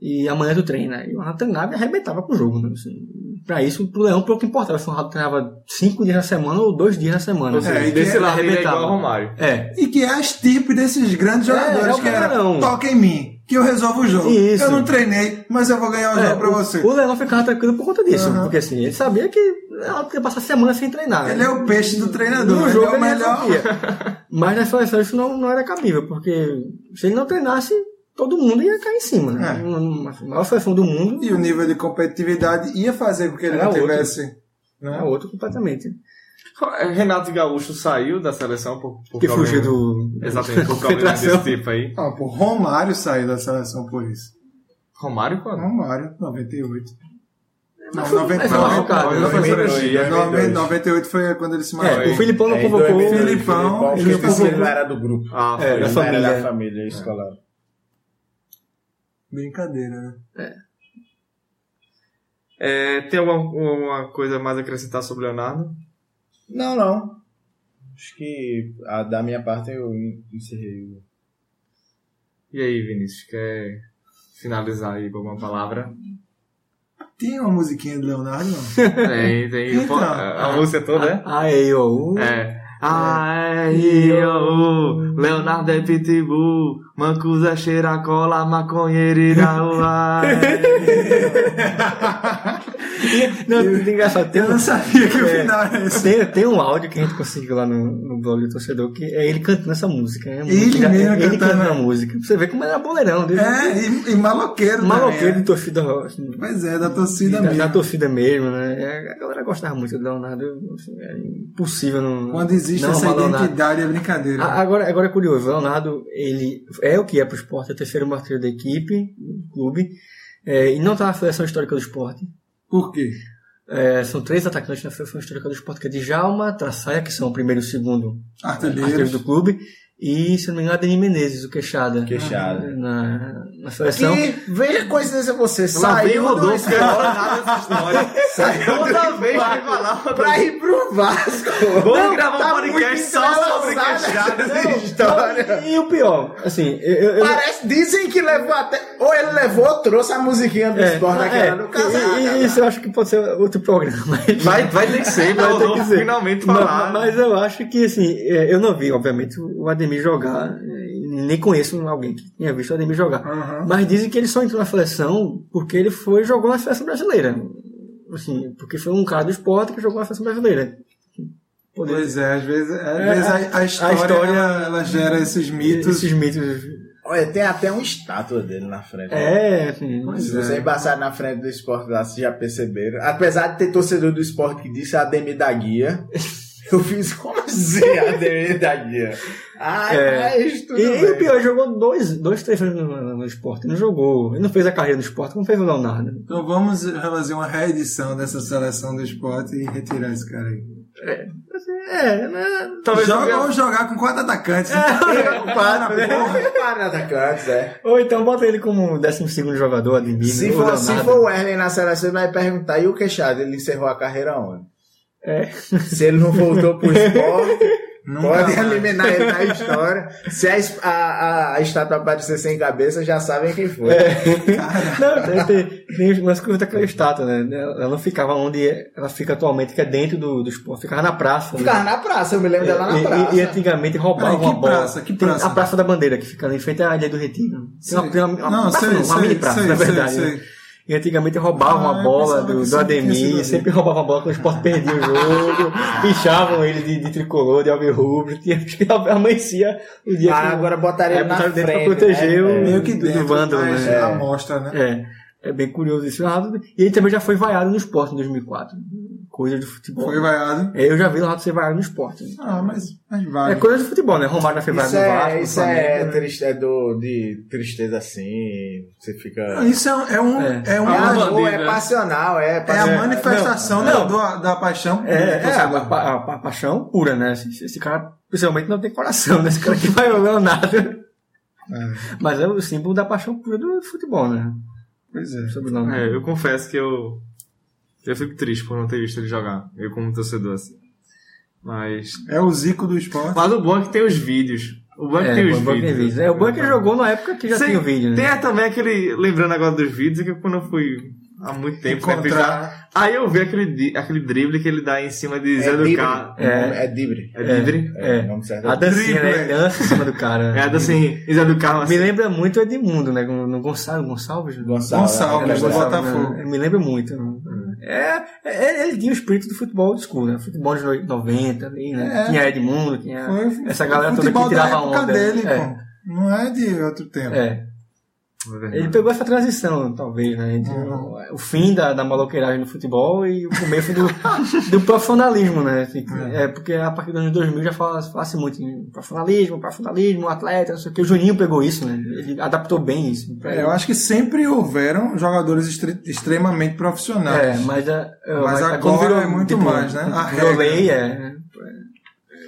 Speaker 4: e amanhã tu treina. E o Ronaldo treinava e arrebentava pro jogo, né? Assim, pra isso, pro Leão pouco importava se o Ronaldo treinava cinco dias na semana ou dois dias na semana.
Speaker 1: Ou
Speaker 4: assim.
Speaker 1: seja,
Speaker 3: É, e
Speaker 1: desse
Speaker 3: que
Speaker 1: lado ele é
Speaker 4: arrebentava.
Speaker 1: igual ao Romário.
Speaker 4: É,
Speaker 3: E que é a estirpe desses grandes
Speaker 4: É,
Speaker 3: jogadores
Speaker 4: é o
Speaker 3: que era
Speaker 4: carão.
Speaker 3: toca em mim, que eu resolvo o jogo.
Speaker 4: Isso.
Speaker 3: Eu não treinei, mas eu vou ganhar o
Speaker 4: É,
Speaker 3: jogo pra
Speaker 4: o-
Speaker 3: você.
Speaker 4: O Leão ficava tranquilo por conta disso.
Speaker 3: Aham.
Speaker 4: Porque assim, ele sabia que ela ia passar semana sem treinar. né?
Speaker 3: Ele é o peixe do treinador,
Speaker 4: No
Speaker 3: ele
Speaker 4: jogo
Speaker 3: é o melhor.
Speaker 4: resolvia. Mas na seleção isso não, não era cabível, porque se ele não treinasse, todo mundo ia cair em cima. Né?
Speaker 3: É.
Speaker 4: Uma- A maior seleção do mundo
Speaker 3: E o nível de competitividade ia fazer com que ele
Speaker 4: Era
Speaker 3: não
Speaker 4: outro.
Speaker 3: tivesse.
Speaker 4: é outro completamente.
Speaker 1: Renato Gaúcho saiu da seleção por, por
Speaker 4: Que
Speaker 1: problema-
Speaker 4: fugiu do.
Speaker 1: Exatamente, por problema desse
Speaker 4: Concentração.
Speaker 1: tipo aí.
Speaker 3: Não, pô, Romário saiu da seleção por isso.
Speaker 1: Romário quando?
Speaker 3: Romário, 98. Não,
Speaker 4: foi- um mas foi machucado, né? Foi
Speaker 1: 2002.
Speaker 3: 98, 98 foi quando ele se
Speaker 4: É,
Speaker 3: machucou.
Speaker 4: o Filipão não
Speaker 2: É, em
Speaker 4: convocou.
Speaker 2: 2002,
Speaker 3: Filipão,
Speaker 2: Filipão,
Speaker 3: ele
Speaker 2: porque
Speaker 3: convocou.
Speaker 2: ele não era do grupo.
Speaker 1: Ah,
Speaker 4: É,
Speaker 1: foi.
Speaker 4: da
Speaker 2: Ele não era
Speaker 4: família.
Speaker 2: da família escolar.
Speaker 3: Brincadeira, né?
Speaker 1: É, tem alguma, alguma coisa mais a acrescentar sobre o Leonardo?
Speaker 2: Não, não. Acho que a- da minha parte eu en- encerrei. o-
Speaker 1: E aí, Vinícius, quer finalizar aí com uma palavra?
Speaker 3: Tem uma musiquinha do Leonardo, não?
Speaker 1: tem, tem.
Speaker 3: Então.
Speaker 1: a música toda, né?
Speaker 4: Ah, aí, ó. o-
Speaker 1: É. Ah, é, e, ô, ô, Leonardo é pitbull, Mancusa cheira a cola, maconheiro irauá.
Speaker 4: Não, tudo engraçado. Tem
Speaker 3: Eu
Speaker 4: um,
Speaker 3: não sabia que o
Speaker 4: É.
Speaker 3: final era esse.
Speaker 4: tem, tem um áudio que a gente conseguiu lá no, no blog do torcedor, que é ele cantando essa música. né?
Speaker 3: Ele
Speaker 4: Música-
Speaker 3: mesmo
Speaker 4: ele
Speaker 3: cantando.
Speaker 4: cantando a música. Pra Você vê como era boleirão dele.
Speaker 3: É, e, e maloqueiro
Speaker 4: Maloqueiro
Speaker 3: também.
Speaker 4: de torcida assim,
Speaker 3: é. Pois é, da torcida
Speaker 4: da,
Speaker 3: mesmo.
Speaker 4: da torcida mesmo, né? É, A galera gostava muito do Leonardo. assim, é impossível não.
Speaker 3: Quando existe
Speaker 4: não
Speaker 3: essa
Speaker 4: amar o Leonardo.
Speaker 3: identidade, é brincadeira.
Speaker 4: A- Agora, agora é curioso, o Leonardo ele é o que é para o esporte, é o terceiro martelo da equipe, do clube, é, e não está na seleção histórica do esporte.
Speaker 3: Por quê?
Speaker 4: É, são três atacantes na seleção histórica do esporte, que é Djalma, Traçaia, que são o primeiro e o segundo artilheiro
Speaker 3: Artilheiros.
Speaker 4: do clube, e, se não me engano, é Denis Menezes, o Queixada,
Speaker 2: Queixada.
Speaker 4: na, na seleção.
Speaker 2: Que veja coincidência é você,
Speaker 1: Lá vem
Speaker 2: saiu do
Speaker 1: Rodolfo, que não é nada dessa história. Toda vez que falar,
Speaker 2: pra ir pro Vasco.
Speaker 1: Vamos
Speaker 2: Não,
Speaker 1: gravar um
Speaker 2: tá
Speaker 1: podcast
Speaker 2: muito
Speaker 1: só sobre
Speaker 2: entrelaçado né?
Speaker 1: queixadas
Speaker 2: essa
Speaker 1: e
Speaker 2: história.
Speaker 4: E o pior, assim, eu, eu- eu-
Speaker 2: Parece, dizem que levou até. Ou ele levou ou trouxe a musiquinha do
Speaker 4: É,
Speaker 2: esporte
Speaker 4: é,
Speaker 2: daquela. no caso,
Speaker 4: e- e- isso eu acho que pode ser outro programa.
Speaker 1: Então, Vai, vai ter que ser,
Speaker 4: Vai
Speaker 1: vai
Speaker 4: ter que
Speaker 1: Rodolfo
Speaker 4: ser.
Speaker 1: finalmente falar.
Speaker 4: Mas, mas eu acho que, assim, é, eu não vi, obviamente, o Ademir jogar, é, e nem conheço alguém que tenha visto o Ademir jogar.
Speaker 3: Aham.
Speaker 4: Mas dizem que ele só entrou na seleção porque ele foi e jogou na seleção brasileira. Assim, porque foi um cara do esporte que jogou na seleção brasileira. Poder-
Speaker 3: Pois é, às vezes, às vezes a, a história,
Speaker 4: história-
Speaker 3: ela, ela gera esses mitos.
Speaker 4: Esses mitos.
Speaker 2: Olha, tem até uma estátua dele na frente.
Speaker 4: É, assim,
Speaker 2: Se vocês passarem na frente do esporte lá, vocês já perceberam. Apesar de ter torcedor do esporte que disse Ademir da Guia, eu fiz como assim Ademir da Guia? Ah,
Speaker 4: É.
Speaker 2: mas tudo
Speaker 4: E, e
Speaker 2: bem.
Speaker 4: o pior, ele jogou dois, dois três anos no, no esporte. Ele não jogou. Ele não fez a carreira no esporte, como fez o Leonardo.
Speaker 3: Então vamos fazer uma reedição dessa seleção do esporte e retirar esse cara aí.
Speaker 4: É, né?
Speaker 1: Talvez não
Speaker 3: Joga
Speaker 1: tenha-
Speaker 3: ou jogar com quatro atacantes.
Speaker 4: É,
Speaker 2: Para, né? Para atacantes, é.
Speaker 4: Ou então bota ele como 12 segundo jogador, Ademir.
Speaker 2: Se
Speaker 4: ou
Speaker 2: for, se
Speaker 4: Leonardo.
Speaker 2: for o Erlen na seleção, ele vai perguntar, e o Queixado, ele encerrou a carreira onde?
Speaker 4: É.
Speaker 2: Se ele não voltou pro esporte,
Speaker 3: Nunca
Speaker 2: pode
Speaker 3: mais.
Speaker 2: eliminar ele da história. Se a, es- a, a- a estátua aparecer sem cabeça, já sabem quem foi.
Speaker 4: É. Não, tem, tem, tem umas coisas daquela estátua, né? Ela não ficava onde ela fica atualmente, que é dentro do, do esporte. Ficava na praça. né?
Speaker 2: Ficava na praça, eu me lembro dela
Speaker 4: E- é
Speaker 2: na
Speaker 4: e-
Speaker 2: praça.
Speaker 4: E, antigamente roubavam
Speaker 3: Peraí, que
Speaker 4: a bola.
Speaker 3: praça? Que
Speaker 4: Tem
Speaker 3: praça?
Speaker 4: A Praça da Bandeira, que fica ali em frente à Ilha do Retiro. Tem uma, tem uma, uma,
Speaker 3: não,
Speaker 4: praça
Speaker 3: sei,
Speaker 4: não, uma
Speaker 3: sei,
Speaker 4: mini praça,
Speaker 3: sei,
Speaker 4: na
Speaker 3: sei,
Speaker 4: verdade.
Speaker 3: sei.
Speaker 4: né? E antigamente roubavam
Speaker 3: Ah,
Speaker 4: a
Speaker 3: eu
Speaker 4: bola
Speaker 3: pensava que
Speaker 4: do, do
Speaker 3: sempre tinha sido
Speaker 4: Ademir,
Speaker 3: ali.
Speaker 4: sempre roubavam a bola quando o esporte perdia o jogo, pichavam ele de, de tricolor, de alvirrubro, tinha que amanhecia o dia
Speaker 2: Ah,
Speaker 4: que-
Speaker 2: agora botaria
Speaker 4: é,
Speaker 2: na
Speaker 4: botaram
Speaker 2: frente.
Speaker 4: dentro pra
Speaker 2: né?
Speaker 4: proteger o-
Speaker 2: É.
Speaker 3: Meio que
Speaker 4: Do
Speaker 3: dentro,
Speaker 4: Vândalo,
Speaker 3: mas
Speaker 4: né?
Speaker 3: a amostra, né?
Speaker 4: É. É bem curioso isso. Leonardo, e ele também já foi vaiado no esporte em 2004. Coisa de futebol.
Speaker 3: Foi vaiado.
Speaker 4: É, Eu já vi o Leonardo ser vaiado no esporte.
Speaker 3: Ah, mas, mas
Speaker 4: É
Speaker 3: vale.
Speaker 4: coisa de futebol, né? Romário já foi vaiado
Speaker 2: Isso
Speaker 4: no Vasco.
Speaker 2: é,
Speaker 4: no
Speaker 2: isso é,
Speaker 4: Flamengo, né?
Speaker 2: triste, é do, de tristeza assim, você
Speaker 3: Ah,
Speaker 2: fica...
Speaker 3: Isso é, é um,
Speaker 4: É.
Speaker 3: é. uma
Speaker 2: É
Speaker 3: das-
Speaker 2: amor,
Speaker 1: bandeira.
Speaker 2: é passional, é
Speaker 3: é
Speaker 2: passional.
Speaker 3: a manifestação
Speaker 4: não.
Speaker 3: da- do- da paixão.
Speaker 4: É, é, a, pa- a pa- paixão pura, né? Esse, esse cara, principalmente, não tem coração, né? Esse cara que vai ao Leonardo. Mas é o símbolo da paixão pura do futebol, né?
Speaker 3: Pois é.
Speaker 4: Sobre o nome.
Speaker 1: É, eu confesso que eu. Eu fico triste por não ter visto ele jogar. Eu, como torcedor, assim. Mas.
Speaker 3: É o Zico do esporte.
Speaker 1: Mas o bom é que tem os vídeos. O bom é que tem os
Speaker 4: o Bunker
Speaker 1: vídeos. Então,
Speaker 4: Vídeos. É, o Bunker jogou na época que já
Speaker 1: Sim,
Speaker 4: tem o vídeo, né?
Speaker 1: Tem também aquele. Lembrando agora dos vídeos, que quando eu fui há muito tempo né, pesquisar,
Speaker 3: Encontrar.
Speaker 1: Aí eu vi aquele, di- aquele drible que ele dá em cima de Zé do
Speaker 2: drible.
Speaker 1: Carro.
Speaker 2: É, é Dibre.
Speaker 1: É drible?
Speaker 4: É.
Speaker 2: o nome certo.
Speaker 4: A dancinha,
Speaker 3: Drible,
Speaker 4: né?
Speaker 3: é.
Speaker 4: Dança em cima do cara.
Speaker 1: É, a assim, em Zé do Carro
Speaker 4: Me
Speaker 1: assim.
Speaker 4: lembra muito o Edmundo, né? No Gonçalo, Gonçalves? né?
Speaker 3: Gonçalves, do
Speaker 4: Gonçalves,
Speaker 3: Botafogo.
Speaker 4: né? Me lembra muito. né? É, é, ele tinha o espírito do futebol old school, né? Futebol de 90 ali, né?
Speaker 3: É.
Speaker 4: Tinha Edmundo, tinha
Speaker 3: Foi
Speaker 4: essa galera
Speaker 3: o
Speaker 4: toda
Speaker 3: futebol
Speaker 4: que tirava
Speaker 3: da época
Speaker 4: onda.
Speaker 3: dele,
Speaker 4: é.
Speaker 3: pô. Não é de outro tempo.
Speaker 4: é.
Speaker 1: É verdade.
Speaker 4: Ele pegou essa transição, talvez, né? Entre
Speaker 3: Uhum.
Speaker 4: o, o fim da, da maloqueiragem no futebol e o começo do, do profissionalismo, né? Assim, É. porque a partir dos anos 2000 já fala- fala-se muito em profissionalismo, profissionalismo, atleta, não sei o que. O Juninho pegou isso, né? Ele adaptou bem isso. pra
Speaker 3: É,
Speaker 4: ele.
Speaker 3: eu acho que sempre houveram jogadores estre- extremamente
Speaker 4: É,
Speaker 3: profissionais.
Speaker 4: mas, a,
Speaker 3: Mas agora é muito mais, né? A
Speaker 4: Virou
Speaker 3: regra.
Speaker 4: lei, é.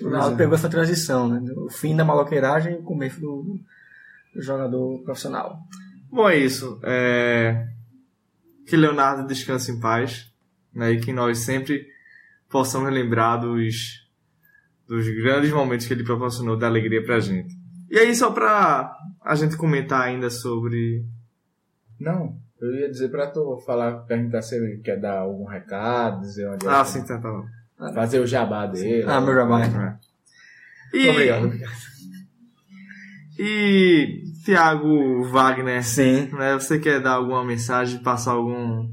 Speaker 4: O Ronaldo
Speaker 3: é.
Speaker 4: pegou essa transição, né? O fim da maloqueiragem e o começo do, do jogador profissional.
Speaker 1: Bom, é isso. É, Que Leonardo descanse em paz. Né? E que nós sempre possamos lembrar dos... dos grandes momentos que ele proporcionou da alegria pra gente. E aí, só pra a gente comentar ainda sobre.
Speaker 2: Não, eu ia dizer pra tu falar, perguntar se ele quer dar algum recado, dizer onde
Speaker 1: Ah,
Speaker 2: ele-
Speaker 1: sim, tá, tá bom.
Speaker 2: fazer o jabá dele. É.
Speaker 4: Ah, meu jabá.
Speaker 1: E,
Speaker 2: Obrigado.
Speaker 1: e Tiago
Speaker 3: É,
Speaker 1: Wagner,
Speaker 4: Sim.
Speaker 1: né? Você quer dar alguma mensagem, passar algum.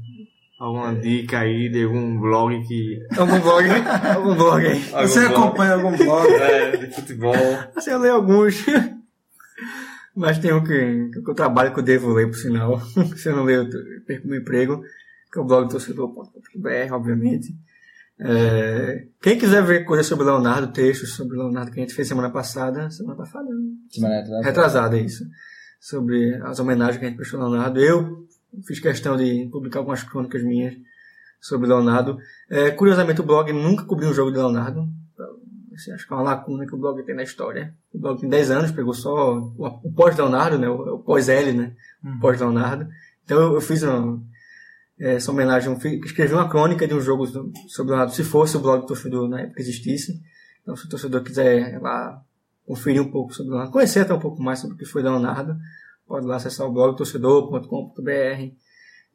Speaker 1: alguma dica aí de algum blog que.
Speaker 4: Algum É um blog, né? algum blog aí.
Speaker 3: Você
Speaker 1: algum blog-
Speaker 3: acompanha algum blog?
Speaker 1: É, de futebol.
Speaker 4: Assim, eu leio alguns. Mas tem um que, que eu trabalho que eu devo ler, por sinal. Se eu não ler, eu t- perco meu emprego. Que é o blog torcedor.com.br, obviamente. É, quem quiser ver coisas sobre Leonardo, textos sobre Leonardo que a gente fez semana passada. Semana passada? né?
Speaker 2: Semana atrasada.
Speaker 4: Retrasada, é isso. Sobre as homenagens que a gente prestou a Leonardo. Eu fiz questão de publicar algumas crônicas minhas sobre Leonardo. É, curiosamente, o blog nunca cobriu um jogo de Leonardo. Assim, acho que é uma lacuna que o blog tem na história. O blog tem 10 anos, pegou só o, o pós-Leonardo, né? O, o pós-L, né? O pós-Leonardo. Então eu, eu fiz uma, é, essa homenagem, eu fi- escrevi uma crônica de um jogo so- sobre Leonardo, se fosse o blog do torcedor na época existisse. Então se o torcedor quiser ir lá conferir um pouco sobre Leonardo, conhecer até um pouco mais sobre o que foi Leonardo, pode lá acessar o blog torcedor.com.br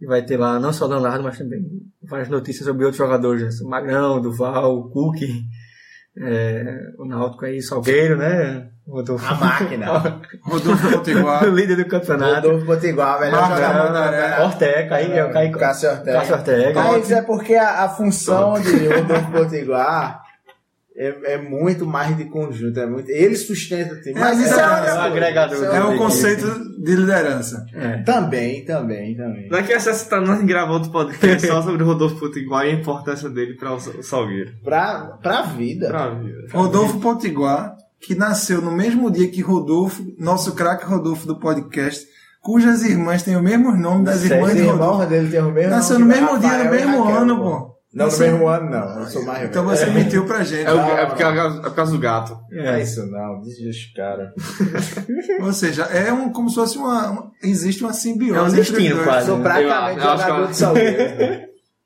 Speaker 4: e vai ter lá não só Leonardo, mas também várias notícias sobre outros jogadores, né? Sobre Magrão, Duval, Cook, é, o Náutico aí, Salgueiro, né? Rodolfo.
Speaker 2: A máquina.
Speaker 3: Rodolfo Potiguar. É,
Speaker 4: o líder do campeonato.
Speaker 2: Rodolfo Potiguar, melhor
Speaker 3: Marcão,
Speaker 2: jogador da
Speaker 3: André.
Speaker 4: Ortega, aí é o Caio
Speaker 2: Cássio Ortega.
Speaker 4: Cássio Ortega.
Speaker 2: Mas é porque a, a função de Rodolfo Potiguar é, é muito mais de conjunto. É muito, ele sustenta o time.
Speaker 3: É
Speaker 2: Mas
Speaker 3: a
Speaker 2: isso é
Speaker 3: liderança,
Speaker 2: outra
Speaker 3: é o
Speaker 2: coisa,
Speaker 4: agregador.
Speaker 2: isso
Speaker 3: É
Speaker 2: outra
Speaker 3: o
Speaker 2: coisa.
Speaker 3: conceito de liderança.
Speaker 4: É.
Speaker 2: Também, também, também.
Speaker 1: Daqui a essa tá nós gravar outro podcast só sobre o Rodolfo Potiguar e a importância dele para o Sa- Salgueiro.
Speaker 2: Pra, pra vida.
Speaker 1: Pra
Speaker 3: né?
Speaker 1: vida.
Speaker 3: Rodolfo Potiguar, que nasceu no mesmo dia que Rodolfo, nosso craque Rodolfo do podcast, cujas irmãs têm o mesmo nome das
Speaker 2: Sete
Speaker 3: irmãs de Rodolfo.
Speaker 2: irmãos dele tem o
Speaker 4: né?
Speaker 2: mesmo
Speaker 3: Nasceu no
Speaker 2: nome que
Speaker 3: mesmo dia, no
Speaker 2: Rafael e
Speaker 3: mesmo
Speaker 2: Raquel,
Speaker 3: ano, pô.
Speaker 2: Não, no
Speaker 3: Nasceu-
Speaker 2: mesmo ano, não. Eu sou mais velho.
Speaker 3: Então você mentiu pra gente.
Speaker 1: É, o- é porque é o- é por causa do gato.
Speaker 2: É isso não, deixa os caras.
Speaker 3: Ou seja, é um, como se fosse uma. uma- existe uma simbiose.
Speaker 4: É um
Speaker 3: entre os
Speaker 4: destino,
Speaker 3: dois.
Speaker 4: quase.
Speaker 2: Sou praticamente
Speaker 1: eu acho que
Speaker 2: jogador
Speaker 1: eu-
Speaker 2: de salgueiro.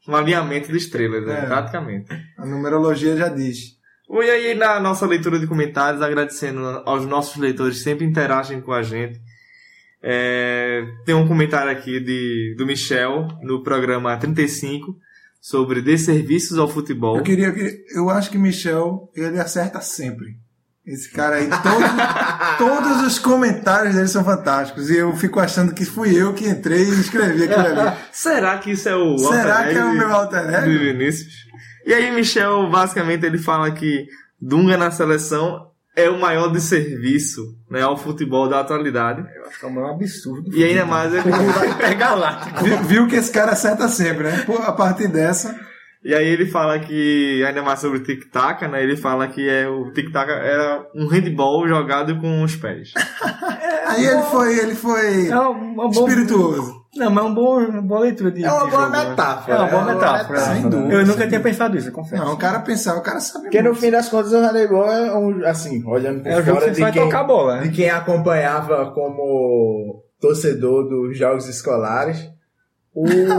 Speaker 1: Um alinhamento de estrelas, né?
Speaker 3: É.
Speaker 1: praticamente.
Speaker 3: A numerologia já diz.
Speaker 1: Bom, e aí na nossa leitura de comentários, agradecendo aos nossos leitores que sempre interagem com a gente. É, tem um comentário aqui de, do Michel, no programa 35, sobre desserviços ao futebol.
Speaker 3: Eu queria, eu queria- eu acho que Michel, ele acerta sempre. Esse cara aí, todos, todos os comentários dele são fantásticos. E eu fico achando que fui eu que entrei e escrevi aquilo ali.
Speaker 1: Será que isso é o
Speaker 3: Será
Speaker 1: alter
Speaker 3: que é o
Speaker 1: ego de-
Speaker 3: meu alter
Speaker 1: de
Speaker 3: ego?
Speaker 1: Vinícius. E aí, Michel, basicamente, ele fala que Dunga na seleção é o maior desserviço né, ao futebol da atualidade.
Speaker 4: Eu acho que é o maior absurdo.
Speaker 1: E ainda mais ele,
Speaker 4: É galáctico.
Speaker 3: Viu, viu que esse cara acerta sempre, né? Pô, a partir dessa,
Speaker 1: e aí ele fala que ainda mais sobre o tic tac, né? Ele fala que é o tic tac era um handball jogado com os pés.
Speaker 3: aí ele foi, ele foi
Speaker 4: É uma boa...
Speaker 3: espirituoso.
Speaker 4: Não, mas é uma boa, uma boa leitura de
Speaker 2: É uma
Speaker 4: de
Speaker 2: boa
Speaker 4: jogo, né?
Speaker 2: metáfora,
Speaker 4: É uma boa
Speaker 2: é uma
Speaker 4: metáfora.
Speaker 2: metáfora.
Speaker 3: Sem dúvida,
Speaker 4: Eu
Speaker 3: sem
Speaker 4: nunca tinha pensado isso, eu confesso.
Speaker 3: Não, o cara pensava, o cara sabe
Speaker 2: Porque no
Speaker 3: muito.
Speaker 2: fim das contas o handebol é um, assim, olhando por
Speaker 4: É o jogo que
Speaker 2: fora
Speaker 4: você
Speaker 2: de
Speaker 4: só vai
Speaker 2: quem,
Speaker 4: tocar a bola. né?
Speaker 2: de quem acompanhava como torcedor dos jogos escolares, o...
Speaker 4: É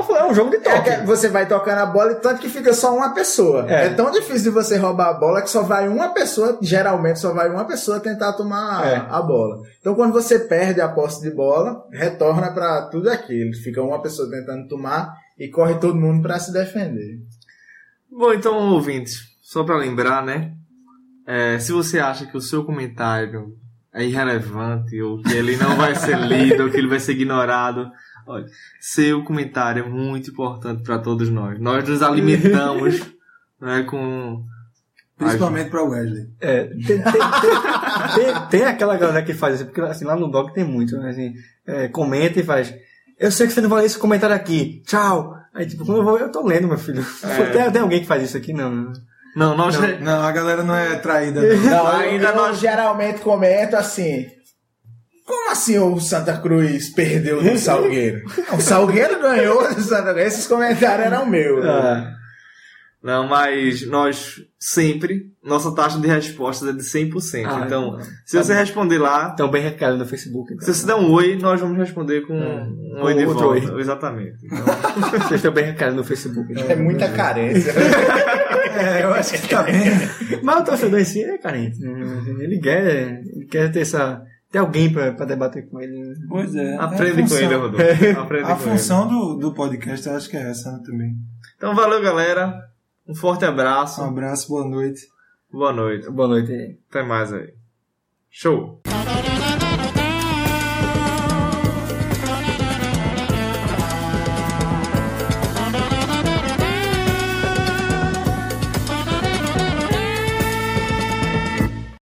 Speaker 4: um, é um jogo de
Speaker 2: É
Speaker 4: toque.
Speaker 2: que você vai tocando a bola e tanto que fica só uma pessoa. É.
Speaker 4: É.
Speaker 2: tão difícil de você roubar a bola que só vai uma pessoa, geralmente só vai uma pessoa tentar tomar
Speaker 4: É.
Speaker 2: a bola. Então quando você perde a posse de bola, retorna pra tudo aquilo. Fica uma pessoa tentando tomar e corre todo mundo pra se defender.
Speaker 1: Bom, então, ouvintes, só para lembrar, né? É, se você acha que o seu comentário é irrelevante, ou que ele não vai ser lido, ou que ele vai ser ignorado, olha, seu comentário é muito importante para todos nós. Nós nos alimentamos né, com.
Speaker 3: Principalmente pra Wesley.
Speaker 4: É, tem, tem- tem- tem- tem aquela galera que faz isso, porque assim, lá no blog tem muito, né? Assim, é, comenta e faz. Eu sei que você não vai ler esse comentário aqui. Tchau! Aí, tipo, quando eu vou, eu tô lendo, meu filho.
Speaker 1: É.
Speaker 4: Tem, tem alguém que faz isso aqui? Não, né? não.
Speaker 1: Não, nós. Não.
Speaker 3: Não, a galera não é traída. não.
Speaker 2: Não,
Speaker 1: Ainda
Speaker 2: ainda eu,
Speaker 1: nós-
Speaker 2: geralmente comento assim. Como assim o Santa Cruz perdeu do Salgueiro? Não, o Salgueiro ganhou do Santa Cruz. Esses comentários eram meus.
Speaker 1: É.
Speaker 2: né?
Speaker 4: Ah,
Speaker 1: mas nós sempre. Nossa taxa de respostas é de 100%.
Speaker 4: Ah,
Speaker 1: então,
Speaker 4: tá
Speaker 1: se você responder lá,
Speaker 4: Então, bem recado no Facebook. Então.
Speaker 1: Se você der um oi, nós vamos responder com
Speaker 4: É.
Speaker 1: um
Speaker 4: Com
Speaker 1: oi de
Speaker 4: outro
Speaker 1: volta. Exatamente. Então,
Speaker 4: Vocês estão bem recado no Facebook. então.
Speaker 2: É muita carência.
Speaker 3: É, eu acho que tá bem.
Speaker 4: Mas o torcedor em si é carente. né? Ele quer, ele quer ter essa. ter alguém pra, pra debater com ele. né?
Speaker 3: Pois é.
Speaker 1: aprende com ele, Rodolfo. Aprende com
Speaker 3: A função do, do podcast eu acho que é essa né, também.
Speaker 1: ele. Então valeu, galera. Um forte abraço.
Speaker 3: Um abraço, boa noite.
Speaker 1: Boa noite.
Speaker 4: Boa noite aí.
Speaker 1: Até mais aí. Show!
Speaker 5: Da da da